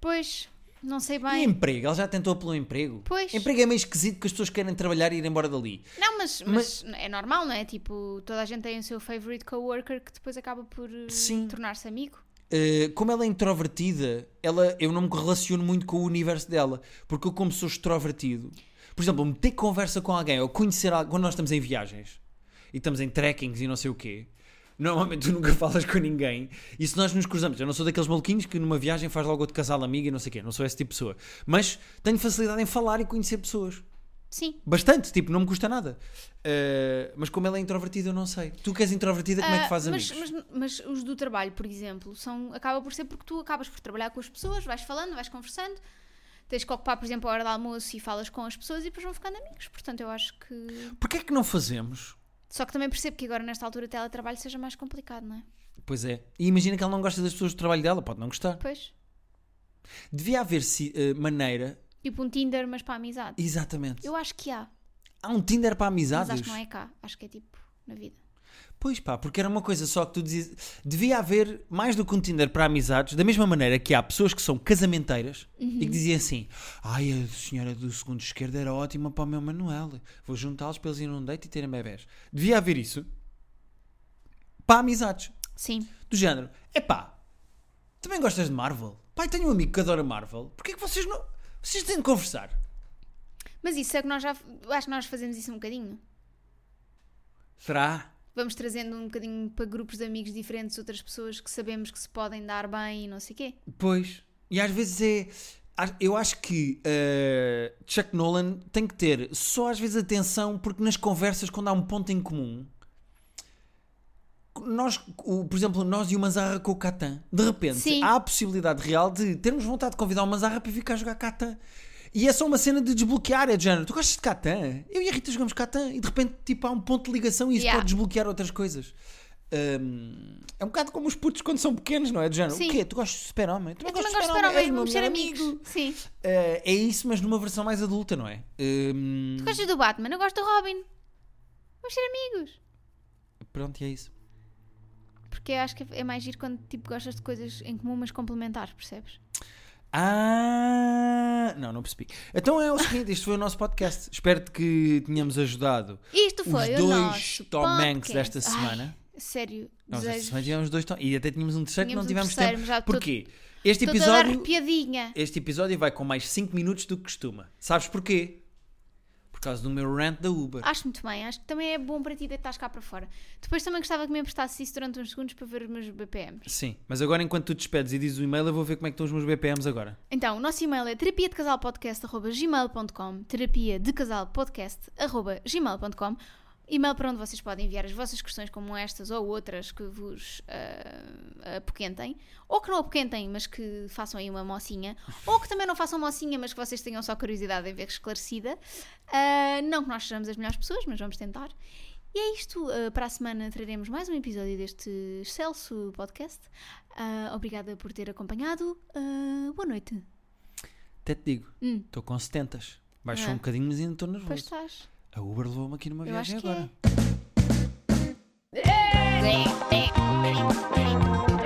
Speaker 1: Pois, não sei
Speaker 2: E
Speaker 1: [LAUGHS] bem.
Speaker 2: emprego, ela já tentou pelo emprego.
Speaker 1: Pois.
Speaker 2: Emprego é meio esquisito que as pessoas querem trabalhar e ir embora dali.
Speaker 1: Não, mas, mas é normal, não é? Tipo, toda a gente tem o seu favorite coworker que depois acaba por eh,
Speaker 2: Sim.
Speaker 1: tornar-se amigo.
Speaker 2: Uh, como ela é introvertida, ela, eu não me relaciono muito com o universo dela, porque eu, como sou extrovertido, por exemplo, meter conversa com alguém ou conhecer alguém, quando nós estamos em viagens e estamos em trekkings e não sei o quê, normalmente tu nunca [LAUGHS] falas com ninguém. E se nós nos cruzamos, eu não sou daqueles maluquinhos que numa viagem faz logo outro casal amigo e não sei o quê, não sou esse tipo de pessoa, mas tenho facilidade em falar e conhecer pessoas.
Speaker 1: Sim.
Speaker 2: Bastante, tipo, não me custa nada. Uh, mas como ela é introvertida, eu não sei. Tu que és introvertida, como é
Speaker 1: Ah,
Speaker 2: que fazes
Speaker 1: mas,
Speaker 2: amigos?
Speaker 1: mas- mas os do trabalho, por exemplo, são, acaba por ser porque tu acabas por trabalhar com as pessoas, vais falando, vais conversando, tens que ocupar, por exemplo, a hora do almoço e falas com as pessoas e depois vão ficando amigos. Portanto, eu acho que.
Speaker 2: Porquê é que não fazemos
Speaker 1: Só que também percebo que agora, nesta altura, teletrabalho seja mais complicado, não é?
Speaker 2: Pois é. E imagina que ela não gosta das pessoas do trabalho dela, pode não gostar.
Speaker 1: Pois.
Speaker 2: Devia haver si- eh, maneira.
Speaker 1: Tipo um Tinder, mas para a amizade.
Speaker 2: Exatamente.
Speaker 1: Eu acho que há,
Speaker 2: Há um Tinder para
Speaker 1: mas
Speaker 2: amizades.
Speaker 1: acho que não é cá. Acho que é tipo na vida.
Speaker 2: Pois pá, porque era uma coisa só que tu dizias. Devia haver mais do que um Tinder para amizades, da mesma maneira que há pessoas que são casamenteiras e que
Speaker 1: Uhum.
Speaker 2: diziam assim: Ai, a senhora do segundo esquerdo era ótima para o meu Manuel, vou juntá-los para eles irem num date e terem bebés. Devia haver isso para amizades.
Speaker 1: Sim.
Speaker 2: Do género: Epá, também gostas de Marvel? Pai, tenho um amigo que adora Marvel, porquê que vocês não. Vocês têm de conversar?
Speaker 1: Mas isso é que nós já. Acho que nós fazemos isso um bocadinho.
Speaker 2: Será?
Speaker 1: Vamos trazendo um bocadinho para grupos de amigos diferentes outras pessoas que sabemos que se podem dar bem e não sei o quê.
Speaker 2: Pois. E às vezes é. a- Eu acho que eh, Chuck Nolan tem que ter só às vezes atenção, porque nas conversas, quando há um ponto em comum, nós, o- por exemplo, nós e o Manzarra com o Catan, de repente
Speaker 1: Sim.
Speaker 2: há a possibilidade real de termos vontade de convidar o Manzarra para vir cá jogar Catan. E é só uma cena de desbloquear, é de género. Tu gostas de Catan? Eu e a Rita jogamos Catan e de repente tipo, há um ponto de ligação e isso
Speaker 1: Yeah.
Speaker 2: pode desbloquear outras coisas. Hum, é um bocado como os putos quando são pequenos, não é? Do género,
Speaker 1: Sim.
Speaker 2: o quê? Tu gostas de super-homem? Tu não
Speaker 1: Eu também
Speaker 2: gostas
Speaker 1: gosto de esperar
Speaker 2: És
Speaker 1: mesmo,
Speaker 2: o meu
Speaker 1: vamos ser
Speaker 2: melhor
Speaker 1: amigos.
Speaker 2: amigo.
Speaker 1: Sim.
Speaker 2: Eh, é isso, mas numa versão mais adulta, não é? Hum,
Speaker 1: Tu gostas do Batman? Eu gosto do Robin. Vamos ser amigos.
Speaker 2: Pronto, e é isso.
Speaker 1: Porque eu acho que é mais giro quando tipo, gostas de coisas em comum, mas complementares, percebes?
Speaker 2: Ah, não, não percebi. Então é o seguinte: este foi o nosso podcast. Espero que tenhamos ajudado
Speaker 1: Isto
Speaker 2: os
Speaker 1: foi o
Speaker 2: dois
Speaker 1: nosso
Speaker 2: Tom Hanks
Speaker 1: podcast.
Speaker 2: desta
Speaker 1: Ai,
Speaker 2: semana.
Speaker 1: sério,
Speaker 2: Nós esta
Speaker 1: desejo.
Speaker 2: semana tivemos dois Tom E até tínhamos um terceiro
Speaker 1: Tínhamos um
Speaker 2: que não tivemos
Speaker 1: terceiro, mas
Speaker 2: tempo.
Speaker 1: já tô-
Speaker 2: Porquê? Este
Speaker 1: Estou toda
Speaker 2: episódio,
Speaker 1: arrepiadinha.
Speaker 2: este episódio vai com mais 5 minutos do que costuma. Sabes porquê? Por causa do meu rant da Uber.
Speaker 1: Acho muito bem, acho que também é bom para ti deitar cá para fora. Depois também gostava que me emprestasse isso durante uns segundos para ver os meus BPMs.
Speaker 2: Sim, mas agora enquanto tu despedes e dizes o e-mail, eu vou ver como é que estão os meus BPMs agora.
Speaker 1: Então, o nosso e-mail é terapia de casal terapia de casal e-mail para onde vocês podem enviar as vossas questões como estas ou outras que vos ah, apoquentem, ou que não apoquentem, mas que façam aí uma mocinha, ou que também não façam mocinha, mas que vocês tenham só curiosidade em ver esclarecida. Ah, não que nós sejamos as melhores pessoas, mas vamos tentar. E é isto. Ah, para a semana traremos mais um episódio deste excelso podcast. Ah, obrigada por ter acompanhado. Ah, boa noite.
Speaker 2: Até te digo,
Speaker 1: Hum.
Speaker 2: estou com 70. Baixou
Speaker 1: Ah.
Speaker 2: um bocadinho, mas ainda estou
Speaker 1: Pois
Speaker 2: nervoso.
Speaker 1: estás.
Speaker 2: A Uber levou-me aqui numa
Speaker 1: Eu acho é. que
Speaker 2: viagem agora.
Speaker 1: é.